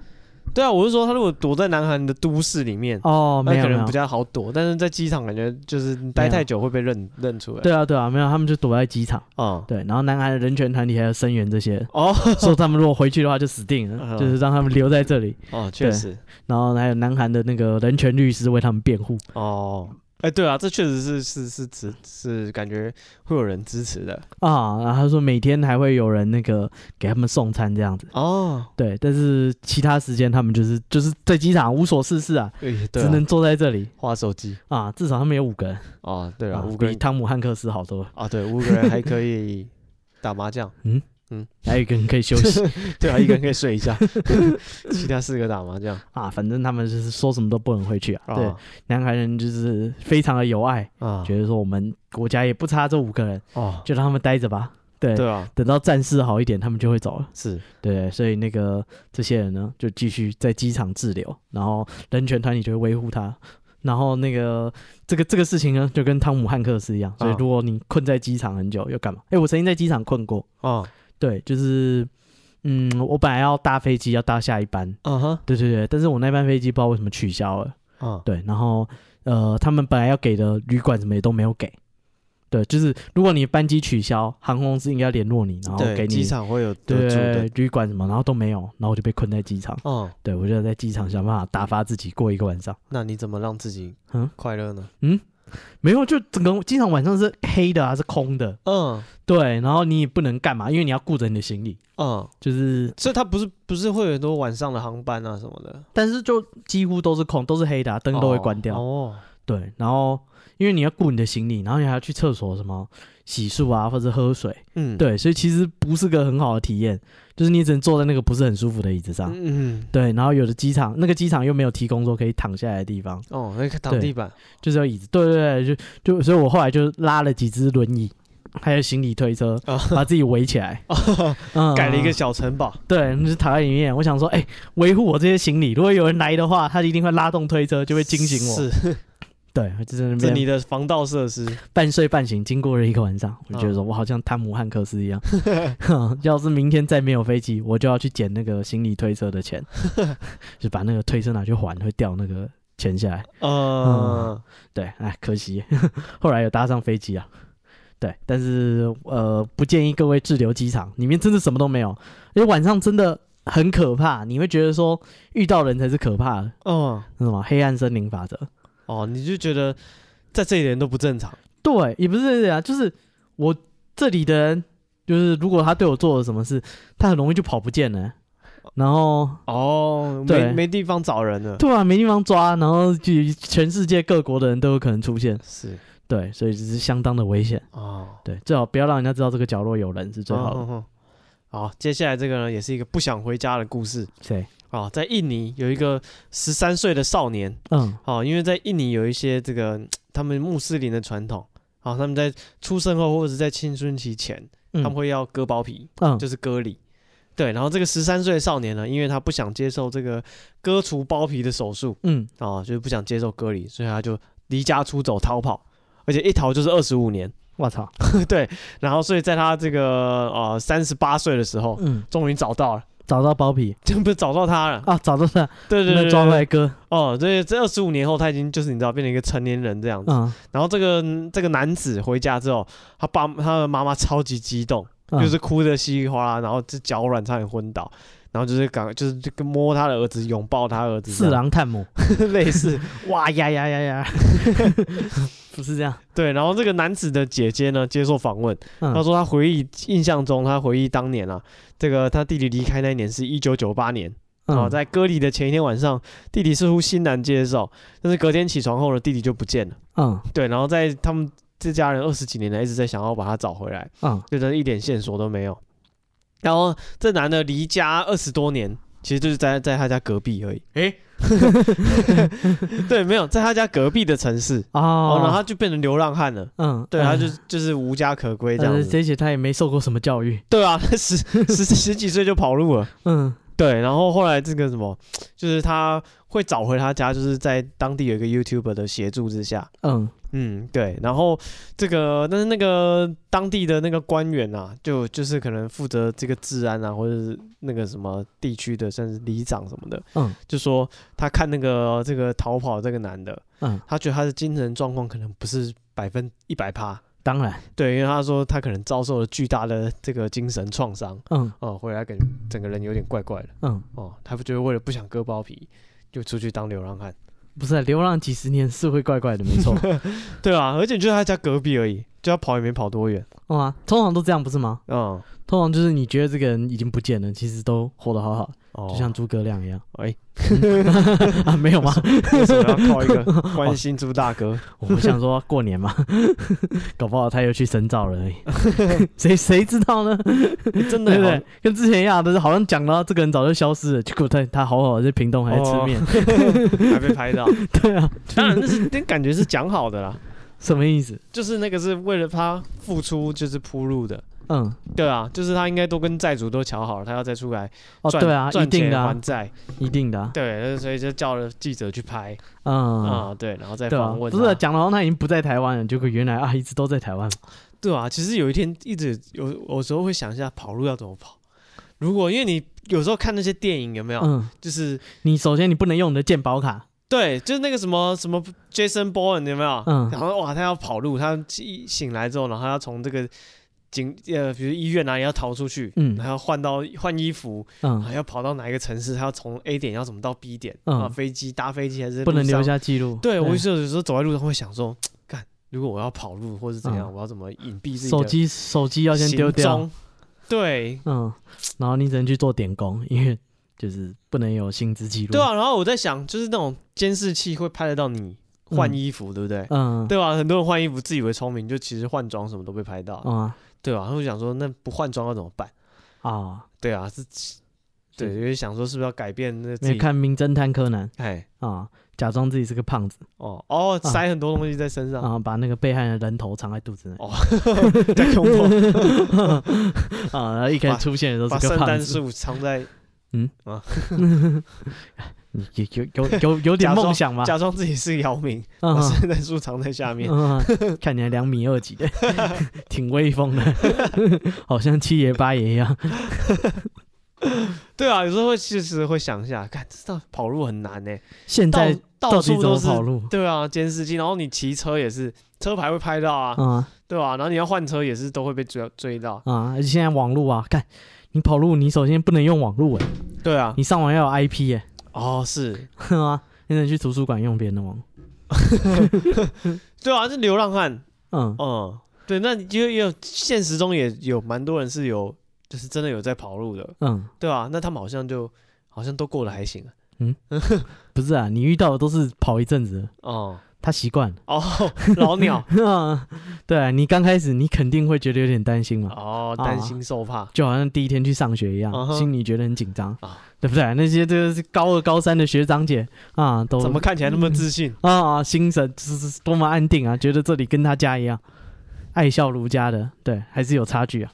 对啊。我是说，他如果躲在南韩的都市里面，哦，那没有可没能有比，较好躲，但是在机场感觉就是你待没有太久会被认认出来。对啊对啊，没有，他们就躲在机场。啊，，对，然后南韩的人权团体还有声援这些哦说他们如果回去的话就死定了，嗯就是让他们留在这里。哦，确对实然后还有南韩的那个人权律师为他们辩护。哦，哎，对啊，这确实是是是支是感觉会有人支持的啊，然后他说每天还会有人那个给他们送餐这样子，哦。对，但是其他时间他们就是就是在机场无所事事啊，对，对只啊能坐在这里划手机啊，至少他们有五个人，哦，对啊，啊五个比人汤姆汉克斯好 *laughs* 多了，啊，对，五个人还可以打麻将，还有一个人可以休息 *laughs* 对啊，一个人可以睡一 *laughs* 下，其他四个打麻将。啊。反正他们就是说什么都不能回去啊。啊对，南韩人就是非常的有爱，啊，觉得说我们国家也不差这五个人，哦，就让他们待着吧。对，对啊，等到战事好一点，他们就会走了。是对，所以那个这些人呢，就继续在机场滞留，然后人权团体就会维护他。然后那个这个这个事情呢，就跟汤姆汉克斯一样，所以啊如果你困在机场很久，要干嘛？哎，我曾经在机场困过，哦，对，就是，嗯，我本来要搭飞机，要搭下一班，啊哈，对对对，但是我那班飞机不知道为什么取消了，啊，对，然后呃，他们本来要给的旅馆什么也都没有给，对，就是如果你班机取消，航空公司应该联络你，然后给对，你机场会有得住的对，旅馆什么，然后都没有，然后我就被困在机场。哦，对我就在机场想办法打发自己过一个晚上。那你怎么让自己嗯快乐呢？没有，就整个机场晚上是黑的啊，是空的。嗯对，然后你也不能干嘛，因为你要顾着你的行李。嗯，就是，所以它不是不是会有很多晚上的航班啊什么的，但是就几乎都是空，都是黑的、啊，灯都会关掉。哦，对，然后因为你要顾你的行李，然后你还要去厕所什么洗漱啊，或者喝水。嗯，，对，所以其实不是个很好的体验，就是你只能坐在那个不是很舒服的椅子上。嗯嗯，对，然后有的机场那个机场又没有提供说可以躺下来的地方，哦，那个躺地板，就是有椅子。对对对，就就所以我后来就拉了几只轮椅，还有行李 *laughs* 推车，啊把自己围 *laughs* 起来， *laughs* 嗯盖了一个小城堡，对，就是躺在里面。我想说，哎、维护我这些行李，如果有人来的话，他一定会拉动推车，就会惊醒我。是，对，就在那这边你的防盗设施，半睡半醒，经过了一个晚嗯上，我就觉得说我好像汤姆汉克斯一样。 *laughs* 要是明天再没有飞机，我就要去捡那个行李推车 *laughs* 的钱，就把那个推车拿去还，会掉那个钱下来。呃，对，哎，可惜 *laughs* 后来有搭上飞机啊。对，但是呃，不建议各位滞留机场，里面真的什么都没有，因为晚上真的很可怕，你会觉得说遇到人才是可怕的，嗯，那什么黑暗森林法则。哦，你就觉得在这里的人都不正常，对，也不是这样，就是我这里的人，就是如果他对我做了什么事，他很容易就跑不见了，然后哦，没对没地方找人了，突然没地方抓，然后就全世界各国的人都有可能出现，是，对，所以这是相当的危险，哦，对，最好不要让人家知道这个角落有人是最好嗯。的。嗯嗯好，接下来这个呢，也是一个不想回家的故事谁？啊、哦，在印尼有一个十三岁的少年，嗯，哦，因为在印尼有一些这个他们穆斯林的传统，啊，他们在出生后或者是在青春期前，他他们会要割包皮，嗯就是割礼。对，然后这个十三岁的少年呢，因为他不想接受这个割除包皮的手术嗯啊，就是不想接受割礼，所以他就离家出走逃跑，而且一逃就是二十五年。我操，对，然后所以在他这个呃三十八岁的时候，嗯，终于找到了，找到包皮真不是找到他了。啊，找到他，对对对那对抓对回来哥，哦，对，这二十五年后他已经就是你知道变成一个成年人这样子。嗯，然后这个这个男子回家之后，他爸他的妈妈超级激动，嗯就是哭得稀里哗啦，然后这脚软差点昏倒，然后就是赶就是就跟摸他的儿子，拥抱他儿子这四样，郎探母， *laughs* 类似 *laughs* 哇呀呀 *laughs* 呀呀， *laughs* 不是这样，对。然后这个男子的姐姐呢接受访问，嗯她说她回忆印象中，她回忆当年啊，这个他弟弟离开那一年是一九九八年，然后嗯，在割礼的前一天晚上，弟弟似乎欣然接受，但是隔天起床后呢，弟弟就不见了，嗯对。然后在他们这家人二十几年来一直在想要把他找回来。嗯就真的一点线索都没有。然后这男的离家二十多年，其实就是在在他家隔壁而已。 *laughs* 诶、对，没有在他家隔壁的城市，哦，然后哦，他就变成流浪汉了。嗯，对，他嗯就就是无家可归这但样是子。这些他也没受过什么教育，对啊，他十十十几岁就跑路了。嗯对，然后后来这个什么，就是他会找回他家，就是在当地有一个 YouTuber 的协助之下，嗯嗯，对，然后这个，但是那个当地的那个官员啊，就就是可能负责这个治安啊，或者是那个什么地区的，像是里长什么的，嗯就说他看那个这个逃跑这个男的，嗯，他觉得他的精神状况可能不是百分一百趴，当然，对，因为他说他可能遭受了巨大的这个精神创伤，嗯哦，回来感整个人有点怪怪的，嗯，哦，他不觉得为了不想割包皮，就出去当流浪汉，不是啊流浪几十年是会怪怪的，没 *laughs* 错，对啊，而且就在他家隔壁而已，就他跑也没跑多远，哇，通常都这样不是吗？嗯。通常就是你觉得这个人已经不见了，其实都活得好好，哦就像诸葛亮一样。 *laughs* 哎嗯啊，没有吗？为什么要靠一个关心猪大 *laughs* 哥？我想说过年嘛， *laughs* 搞不好他又去深造了而已， *laughs* 谁谁知道呢？欸真对的不耶对？跟之前一样，都是好像讲到这个人早就消失了，结果他他好好在屏东还在吃哦面， *laughs* 还被拍到。对啊，当然，那是那感觉是讲好的啦，什么意思？就是那个是为了他付出就是铺路的。嗯，对啊，就是他应该都跟债主都瞧好了，他要再出来哦，赚、对啊，一赚定钱的、啊还，债。一定的、啊，对，所以就叫了记者去拍嗯，啊、对，然后再对啊，访问不他。是讲了，他已经不在台湾了，结果原来啊一直都在台湾，对啊，其实有一天一直有有时候会想一下跑路要怎么跑。如果因为你有时候看那些电影有没有，嗯，就是你首先你不能用你的健保卡，对，就是那个什么什么 Jason Bourne 有没有？嗯然后哇，他要跑路，他一醒来之后，然后他要从这个警呃，比如医院哪里要逃出去，嗯然后换到换衣服，嗯还，要跑到哪一个城市，他要从 A 点要怎么到 B 点嗯啊？飞机搭飞机还是不能路上留？下记录。对我有时候有时候走在路上会想说，干，如果我要跑路或是怎样，嗯我要怎么隐蔽自己的手机手机要先丢行掉，踪？对嗯，然后你只能去做点工，因为就是不能有薪资记录。对啊，然后我在想，就是那种监视器会拍得到你换嗯衣服，对不对？嗯，对啊吧？很多人换衣服自以为聪明，就其实换装什么都被拍到，嗯啊对吧？他们想说，那不换装要怎么办？啊，对啊，是，对，是有点想说是不是要改变那自没己？看《名侦探柯南哎，》啊，假装自己是个胖子，哦哦，啊塞很多东西在身上，然后把那个被害人的人头藏在肚子内哦在 *laughs* 胸口，啊，然后一开始哦把出现的时把候是圣个诞胖子，树藏在，你有有有有有点假装梦想吗？假装自己是姚明，嗯把圣诞树藏在下面。啊嗯，看起来两米 *laughs* 二几的，挺威风的， *laughs* 好像七爷八爷一样。对啊，有时候会其实会想一下，看这到跑路很难呢，现到在到底处怎都么是。跑路？对啊，监视器，然后你骑车也是，车牌会拍到啊，啊对吧、啊？然后你要换车也是都会被追追到。啊！而且现在网路啊，看你跑路，你首先不能用网路哎，对啊，你上网要有 IP *laughs* 哎，哦，是，哼啊，你只能去图书馆用别人的网。对啊，是流浪汉，嗯，嗯，对，那你也也有现实中也有蛮多人是有，就是真的有在跑路的，嗯，对啊，那他们好像就好像都过得还行啊，不是啊，你遇到的都是跑一阵子的，哦、他习惯了。 *laughs* 哦， *laughs* 老鸟，啊对啊，你刚开始你肯定会觉得有点担心嘛， *laughs* 哦，担心受怕，就好像第一天去上学一样嗯，哼心里觉得很紧张啊，对不对？那些就是高二、高三的学长姐啊，都怎么看起来那么自信？啊，心神这是多么安定啊，觉得这里跟他家一样，爱笑如家的，对，还是有差距啊。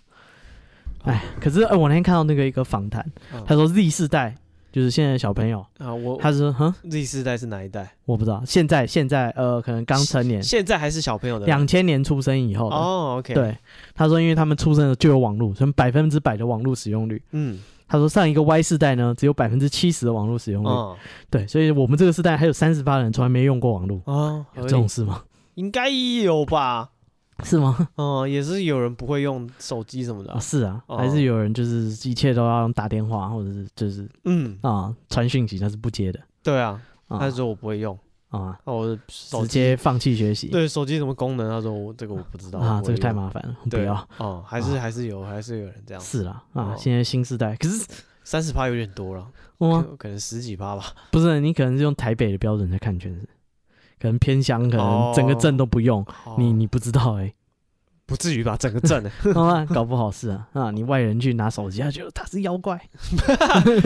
哎，可是、呃、我那天看到那个一个访谈，哦嗯他说 Z 世代就是现在的小朋友，啊，我他说，哼， Z 世代是哪一代？我不知道，现在现在呃，可能刚成年，现在还是小朋友的人两千年出生以后的，哦，OK，，对，他说因为他们出生的就有网络，所以百分之百的网络使用率。嗯，他说上一个 Y 世代呢，只有百分之七十的网络使用率，哦对，所以我们这个世代还有三十八人从来没用过网络，哦，合有理这种事吗？应该有吧？是吗？哦，也是有人不会用手机什么的 *laughs* 啊，，是啊，哦还是有人就是一切都要用打电话或者是就是嗯，啊传讯息，他是不接的对啊，他啊说我不会用，哦啊，那我的手直机接放弃学习。对手机什么功能？他说我这个我不知道啊，这个太麻麻烦了，不对要。哦，还是还是有还是有人这样，是啦，啊，哦现在新时代，可是三十趴有点多了，哇，可可能十几趴吧。不是你可能是用台北的标准在看全市，可能偏乡，可能整个镇都不用，哦 *laughs* 你你不知道哎，不至于吧？整个镇 *laughs* 啊，搞不好是啊，啊，你外人去拿手机，他觉得他是妖怪，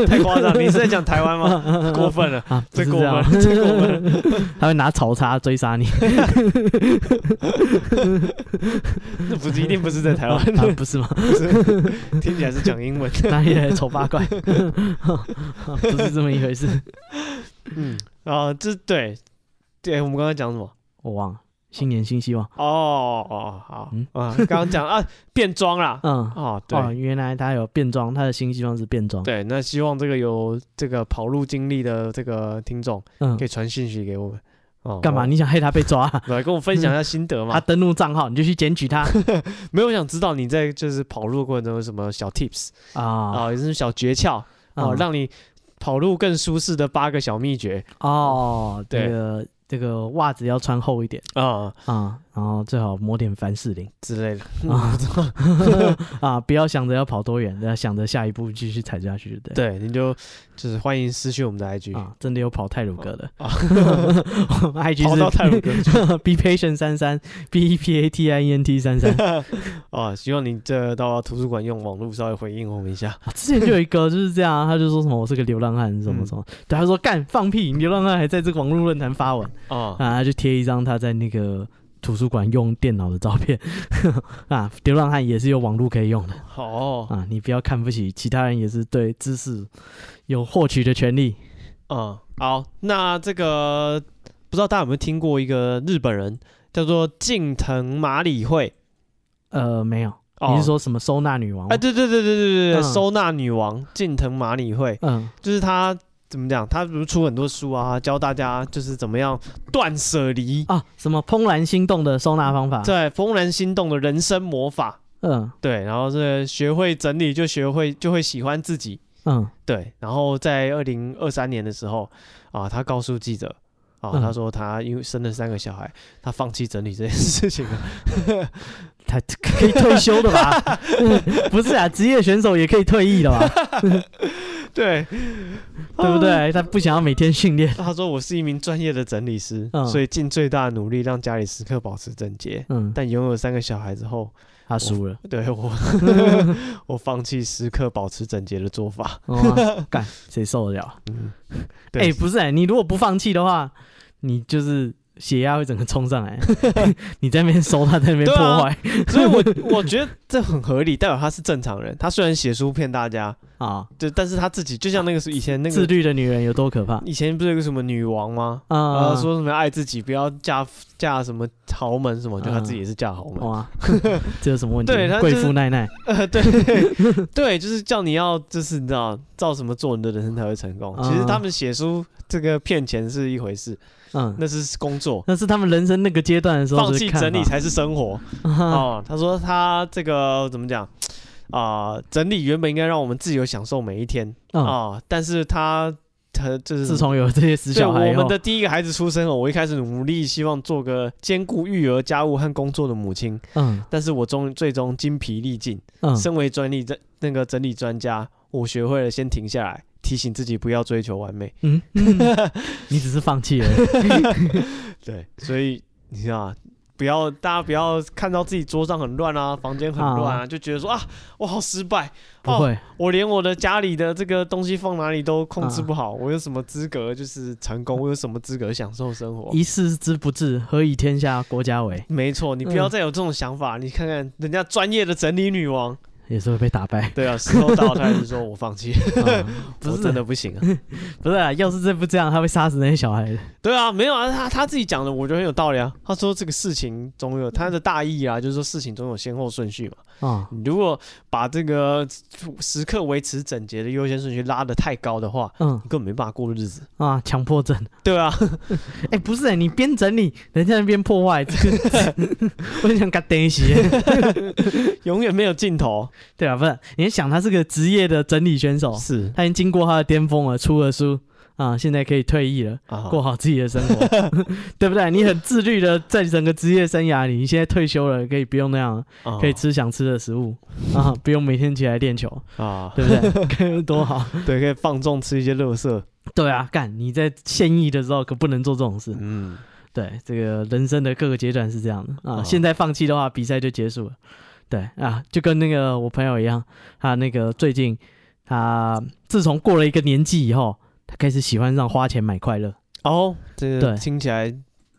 太夸张，你是在讲台湾吗？ *laughs* 过分了，啊，不这是过 *laughs* 这样，分，这过分了，他会拿草叉追杀 *laughs* 你，那不是一定不是在台 *laughs* 啊湾，不是吗？不是听起来是讲英文。哪里来的丑八怪？ *laughs* 啊不是这么一回事，嗯，啊，这对对，我们刚才讲什么？ *laughs* 我忘了。新年新希望，哦哦好嗯啊，刚刚讲啊变装啦，嗯，哦哦，对。原来他有变装，他的新希望是变装，对，那希望这个有这个跑路经历的这个听众，嗯可，以传信息给我们。哦，干嘛？你想害他被 *laughs* 抓？来跟我分享一下心得他嘛？登录账号，你就去检举 *laughs* 他没有我想知道你在就是跑路过程中有什么小 tips 啊啊，有什么小诀窍啊，嗯让你跑路更舒适的八个小秘诀哦，对这个这个袜子要穿厚一点啊啊，然后最好抹点凡士林之类的。啊 *laughs* 啊，不要想着要跑多远，要想着下一步继续踩下去，对对，你就就是欢迎私讯我们的 IG，啊，真的有跑泰鲁格的 *laughs* 啊 *laughs* ，IG 跑到是泰鲁格 *laughs* 去 B patient 三三 B E P A T I E N T 三三。啊，希望你这到图书馆用网络稍微回应我们一下。啊之前就有一个就是这样啊，他就说什么我是个流浪汉什嗯么什么，对，他说干放屁，流浪汉还在这个网络论坛发文啊啊，他就贴一张他在那个图书馆用电脑的照片啊，流浪汉也是有网络可以用的好哦啊，你不要看不起其他人，也是对知识有获取的权利。嗯，好，那这个不知道大家有没有听过一个日本人叫做近藤麻里惠？呃，没有，哦你是说什么哎收纳女王？哎，对对对对对对对，嗯收纳女王近藤麻里惠，嗯就是她怎么讲？他不是出很多书啊，教大家就是怎么样断舍离，啊，什么怦然心动的收纳方法？对，怦然心动的人生魔法，嗯对，然后是学会整理，就学会就会喜欢自己，嗯，对，然后在二零二三年的时候啊，他告诉记者啊，嗯他说他因为生了三个小孩，他放弃整理这件事情 *laughs* 了。他可以退休的 *laughs* 吧？ *laughs* 不是啊，职业选手也可以退役的吧？对，对不对？他不想要每天训练。他说我是一名专业的整理师，嗯所以尽最大的努力让家里时刻保持整洁。嗯，但拥有三个小孩之后，他输了。对 *laughs* 我我放弃时刻保持整洁的做法。哦，干，谁受得了？嗯， *laughs* 对哎，不是哎，你如果不放弃的话，你就是血压会整个 *laughs* 冲上来。你在那边收，他在那边对啊破坏所以 *laughs* 我我觉得这很合理，代表他是正常人。他虽然写书骗大家，啊！对，但是他自己就像那个是以前那自个律的女人有多可怕以前不是有个什么女王吗？然啊后？说什么爱自己，不要嫁嫁什么豪门什么，就他自己也是嫁豪门。哇， *laughs* 这有什么问题对他？就贵是妇奈奈，呃，对 *laughs* 对，就是叫你要，就是你知道照什么做，你的人生才会成功。其实他们写书这个骗钱是一回事，嗯，那是工作。那是他们人生那个阶段的时候放的弃看整理法才是生活 *laughs* 啊哦。他说他这个怎么讲啊、整理原本应该让我们自由享受每一天啊、嗯但是他他就是自从有这些死对小孩以我后们的第一个孩子出生哦，我一开始努力希望做个兼顾育儿、家务和工作的母亲，嗯但是我终于最终精疲力尽。嗯身为专利专那个整理专家，我学会了先停下来，提醒自己不要追求完美。 *laughs* 嗯，嗯你只是放弃了，对，所以你知道吗。不要，大家不要看到自己桌上很乱 *laughs* 啊，房间很乱啊，就觉得说啊，我好失败，不会，我连我的家里的这个东西放哪里都控制不好，啊我有什么资格就是成 *laughs* 功？我有什么资格享受生活？一世之不治，何以天下国家为？没错，你不要再有这种想法。你看看人家专业的整理女王，也是会被 *laughs* 打败。对啊，时候到了，她就说我放 *laughs* 弃，啊不我是真的不 *laughs* 行啊。不是啊，要是这不这样，他会杀死那些小孩的。对啊，没有啊，他他自己讲的，我觉得很有道理啊。他说这个事情总有他的大意啊，就是说事情总有先后顺序嘛。啊你如果把这个时刻维持整洁的优先顺序拉得太高的话，嗯你根本没办法过日子。啊，强迫症。对啊，哎、不是、欸，你边整理，人家那边破坏，这个 *laughs* 我很想跟他等一些。 *laughs* 永远没有尽头。 *laughs* 对啊，不是，你想他是个职业的整理选手，是他已经经过他的巅峰了，出了书啊，现在可以退役了。啊，过好自己的生活， *laughs* 对不对？你很自律的，在整个职业生涯里，你现在退休了，可以不用那样了，啊可以吃想吃的食物 *laughs* 啊，不用每天起来练球，啊，对 *laughs* 不对？ *laughs* 多好！对，可以放纵吃一些垃圾。对啊，干你在现役的时候可不能做这种事。嗯，对，这个人生的各个阶段是这样的啊。哦现在放弃的话，比赛就结束了。对啊，就跟那个我朋友一样，他那个最近他自从过了一个年纪以后，他开始喜欢上花钱买快乐。哦，这个对听起来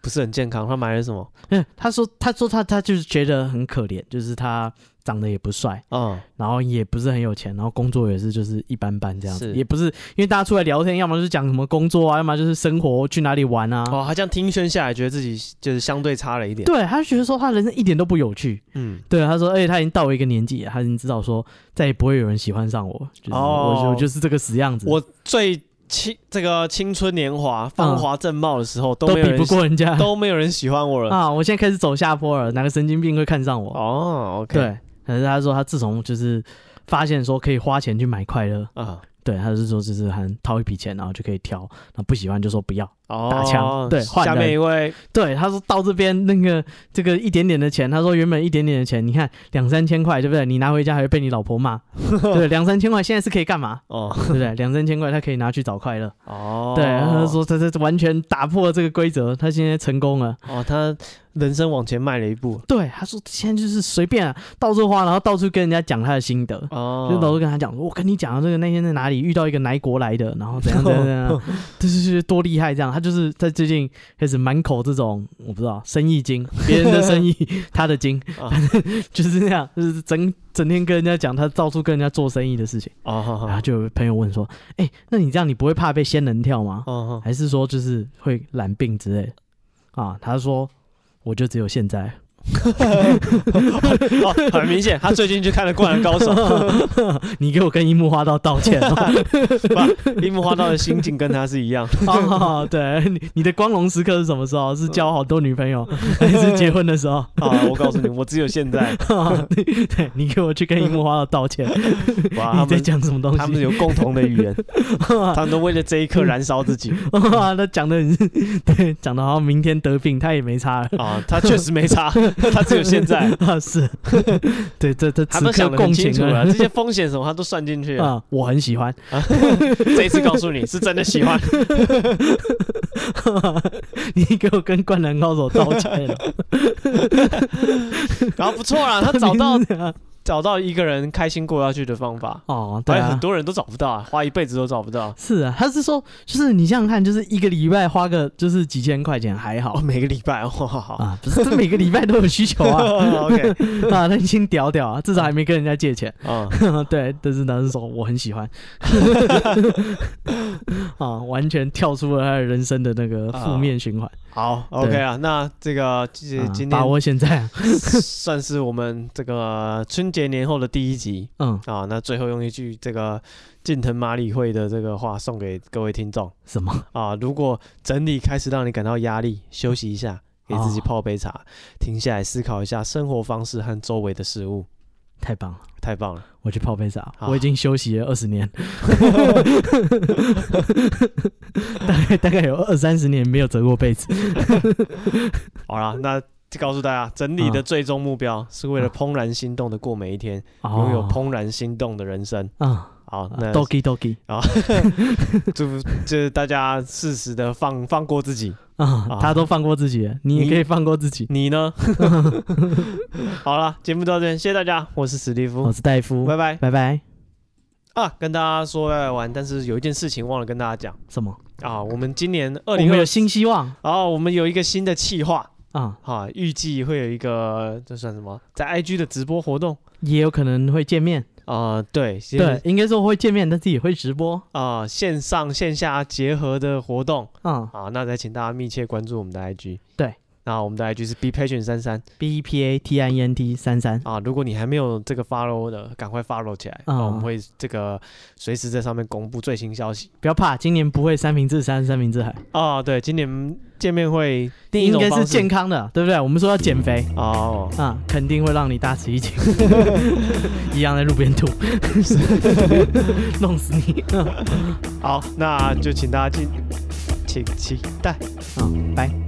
不是很健康。他买了什么？嗯，他说，他说他他就是觉得很可怜，就是他长得也不帅，嗯然后也不是很有钱，然后工作也是就是一般般这样子，是也不是因为大家出来聊天，要么就是讲什么工作啊，要么就是生活去哪里玩啊。哦，他这样听宣下来，觉得自己就是相对差了一点。对，他就觉得说他人生一点都不有趣。嗯，对，他说，而哎且他已经到了一个年纪，他已经知道说再也不会有人喜欢上我，就是我、哦我就是这个死样子，我最青这个青春年华、芳华正茂的时候，都啊都没有比人不过人家都没有人喜欢我了。啊！我现在开始走下坡了，哪个神经病会看上我？哦，OK，对，可是他说他自从就是发现说可以花钱去买快乐，啊，对，他是说就是很掏一笔钱，然后就可以挑，然后不喜欢就说不要。哦，打枪对换下面人一位对，他说到这边那个这个一点点的钱，他说原本一点点的钱，你看两三千块，对不对？你拿回家还会被你老婆骂，对，两三千块现在是可以干嘛？哦 *laughs* 对不对？两三千块他可以拿去找快乐，哦，对，他说他这完全打破这个规则，他现在成功了。哦，他人生往前迈了一步对，他说现在就是随便、啊、到处花，然后到处跟人家讲他的心得。哦，就老是跟他讲说，我跟你讲啊，这个那天在哪里遇到一个哪一国来的，然后怎样怎样怎样，对对对，多厉害这样。他就是在最近开始满口这种我不知道生意经，别人的生意他的经啊，就是这样，就是整整天跟人家讲他到处跟人家做生意的事情。哦，好好然后就有朋友问说，哎，那你这样你不会怕被仙人跳吗？哦， *laughs* 还是说就是会染病之类的啊？他说我就只有现在，哦，很明显，他最近去看了《灌篮高手》 *laughs* 你给我跟樱木花道道歉哦！不，樱木花道的心境跟他是一样。 *laughs* 哦对，你你的光荣时刻是什么时候？是交好多女朋友，嗯还是结婚的时候？ *laughs* 好，啊我告诉你，我只有现在。对，你给我去跟樱木花道道歉！哇，你他在们讲什么东西？他们有共同的 *laughs* 语言，他们都为了这一刻燃烧自己哇，他讲的很，对，讲的好像明天得病，他也没差了。啊。他确实没 *laughs* 差，他只有现在。啊，是，对，这这他此都刻想得共很清情楚啊了，这些风险什么他都算进去了。啊，我很喜欢。 *laughs* *laughs* 这一次告诉你是真的喜欢，你给我跟灌篮高手道歉了，然后不错 *laughs* 啦，他找到你是啊找到一个人开心过下去的方法，哦，对还有啊很，多人都找不到啊，花一辈子都找不到。是啊，他是说，就是你想想看，就是一个礼拜花个就是几千块钱还 *laughs* 哦，好每个礼拜，哇， *laughs* 好哦啊，不是这每个礼拜都有需求 *laughs* 啊，OK，啊，他已经屌屌啊，至少还没跟人家借钱。 *laughs* 啊，对，但是男生说我很喜欢，啊，完全跳出了他的人生的那个啊负面循环。好，OK 啊，那这个今啊今把天握现在啊， *laughs* 算是我们这个春节年后的第一集嗯，啊，那最后用一句这个近藤麻里惠的这个话送给各位听众什么？啊，如果整理开始让你感到压力，休息一下。给自己哦泡杯茶，停下来思考一下生活方式和周围的事物，太棒了！太棒了。我去泡杯茶，好我已经休息了二十年， *laughs* 大概大概有二三十年没有折过被子。好啦，那就告诉大家，整嗯理的最终目标是为了怦然心动的过每一天，拥有怦然心动的人生。哦啊好，那，doki doki *laughs* 祝就是大家适时的放放过自己。啊，他都放过自己了，你也你可以放过自己。你 *laughs* 呢？ *laughs* 好了，节目到这边，谢谢大家，我是史蒂夫我，哦是戴夫，拜拜拜拜。啊！跟大家说拜拜完，但是有一件事情忘了跟大家讲什么？啊，我们今年我二零们二有，新希望然后我们有一个新的企划。啊，啊，预计会有一个这算什么，在 IG 的直播活动也有可能会见面。啊、对，其实对，应该说会见面，但是也会直播啊、线上线下结合的活动啊。啊，那再请大家密切关注我们的 IG。对，那我们的 IG 是 be patient 三三 B P A T I E N T 三三啊，如果你还没有这个 follow 的，赶快 follow 起来，嗯啊、我们会这个随时在上面公布最新消息不要怕，今年不会三明治山三明治海，啊。对，今年见面会另一应种该方是式健康的，对不对？我们说要减肥哦，啊，肯定会让你大 *laughs* 吃一惊，一样在路边吐，弄死你好，那就请大家进，请期待。啊！拜。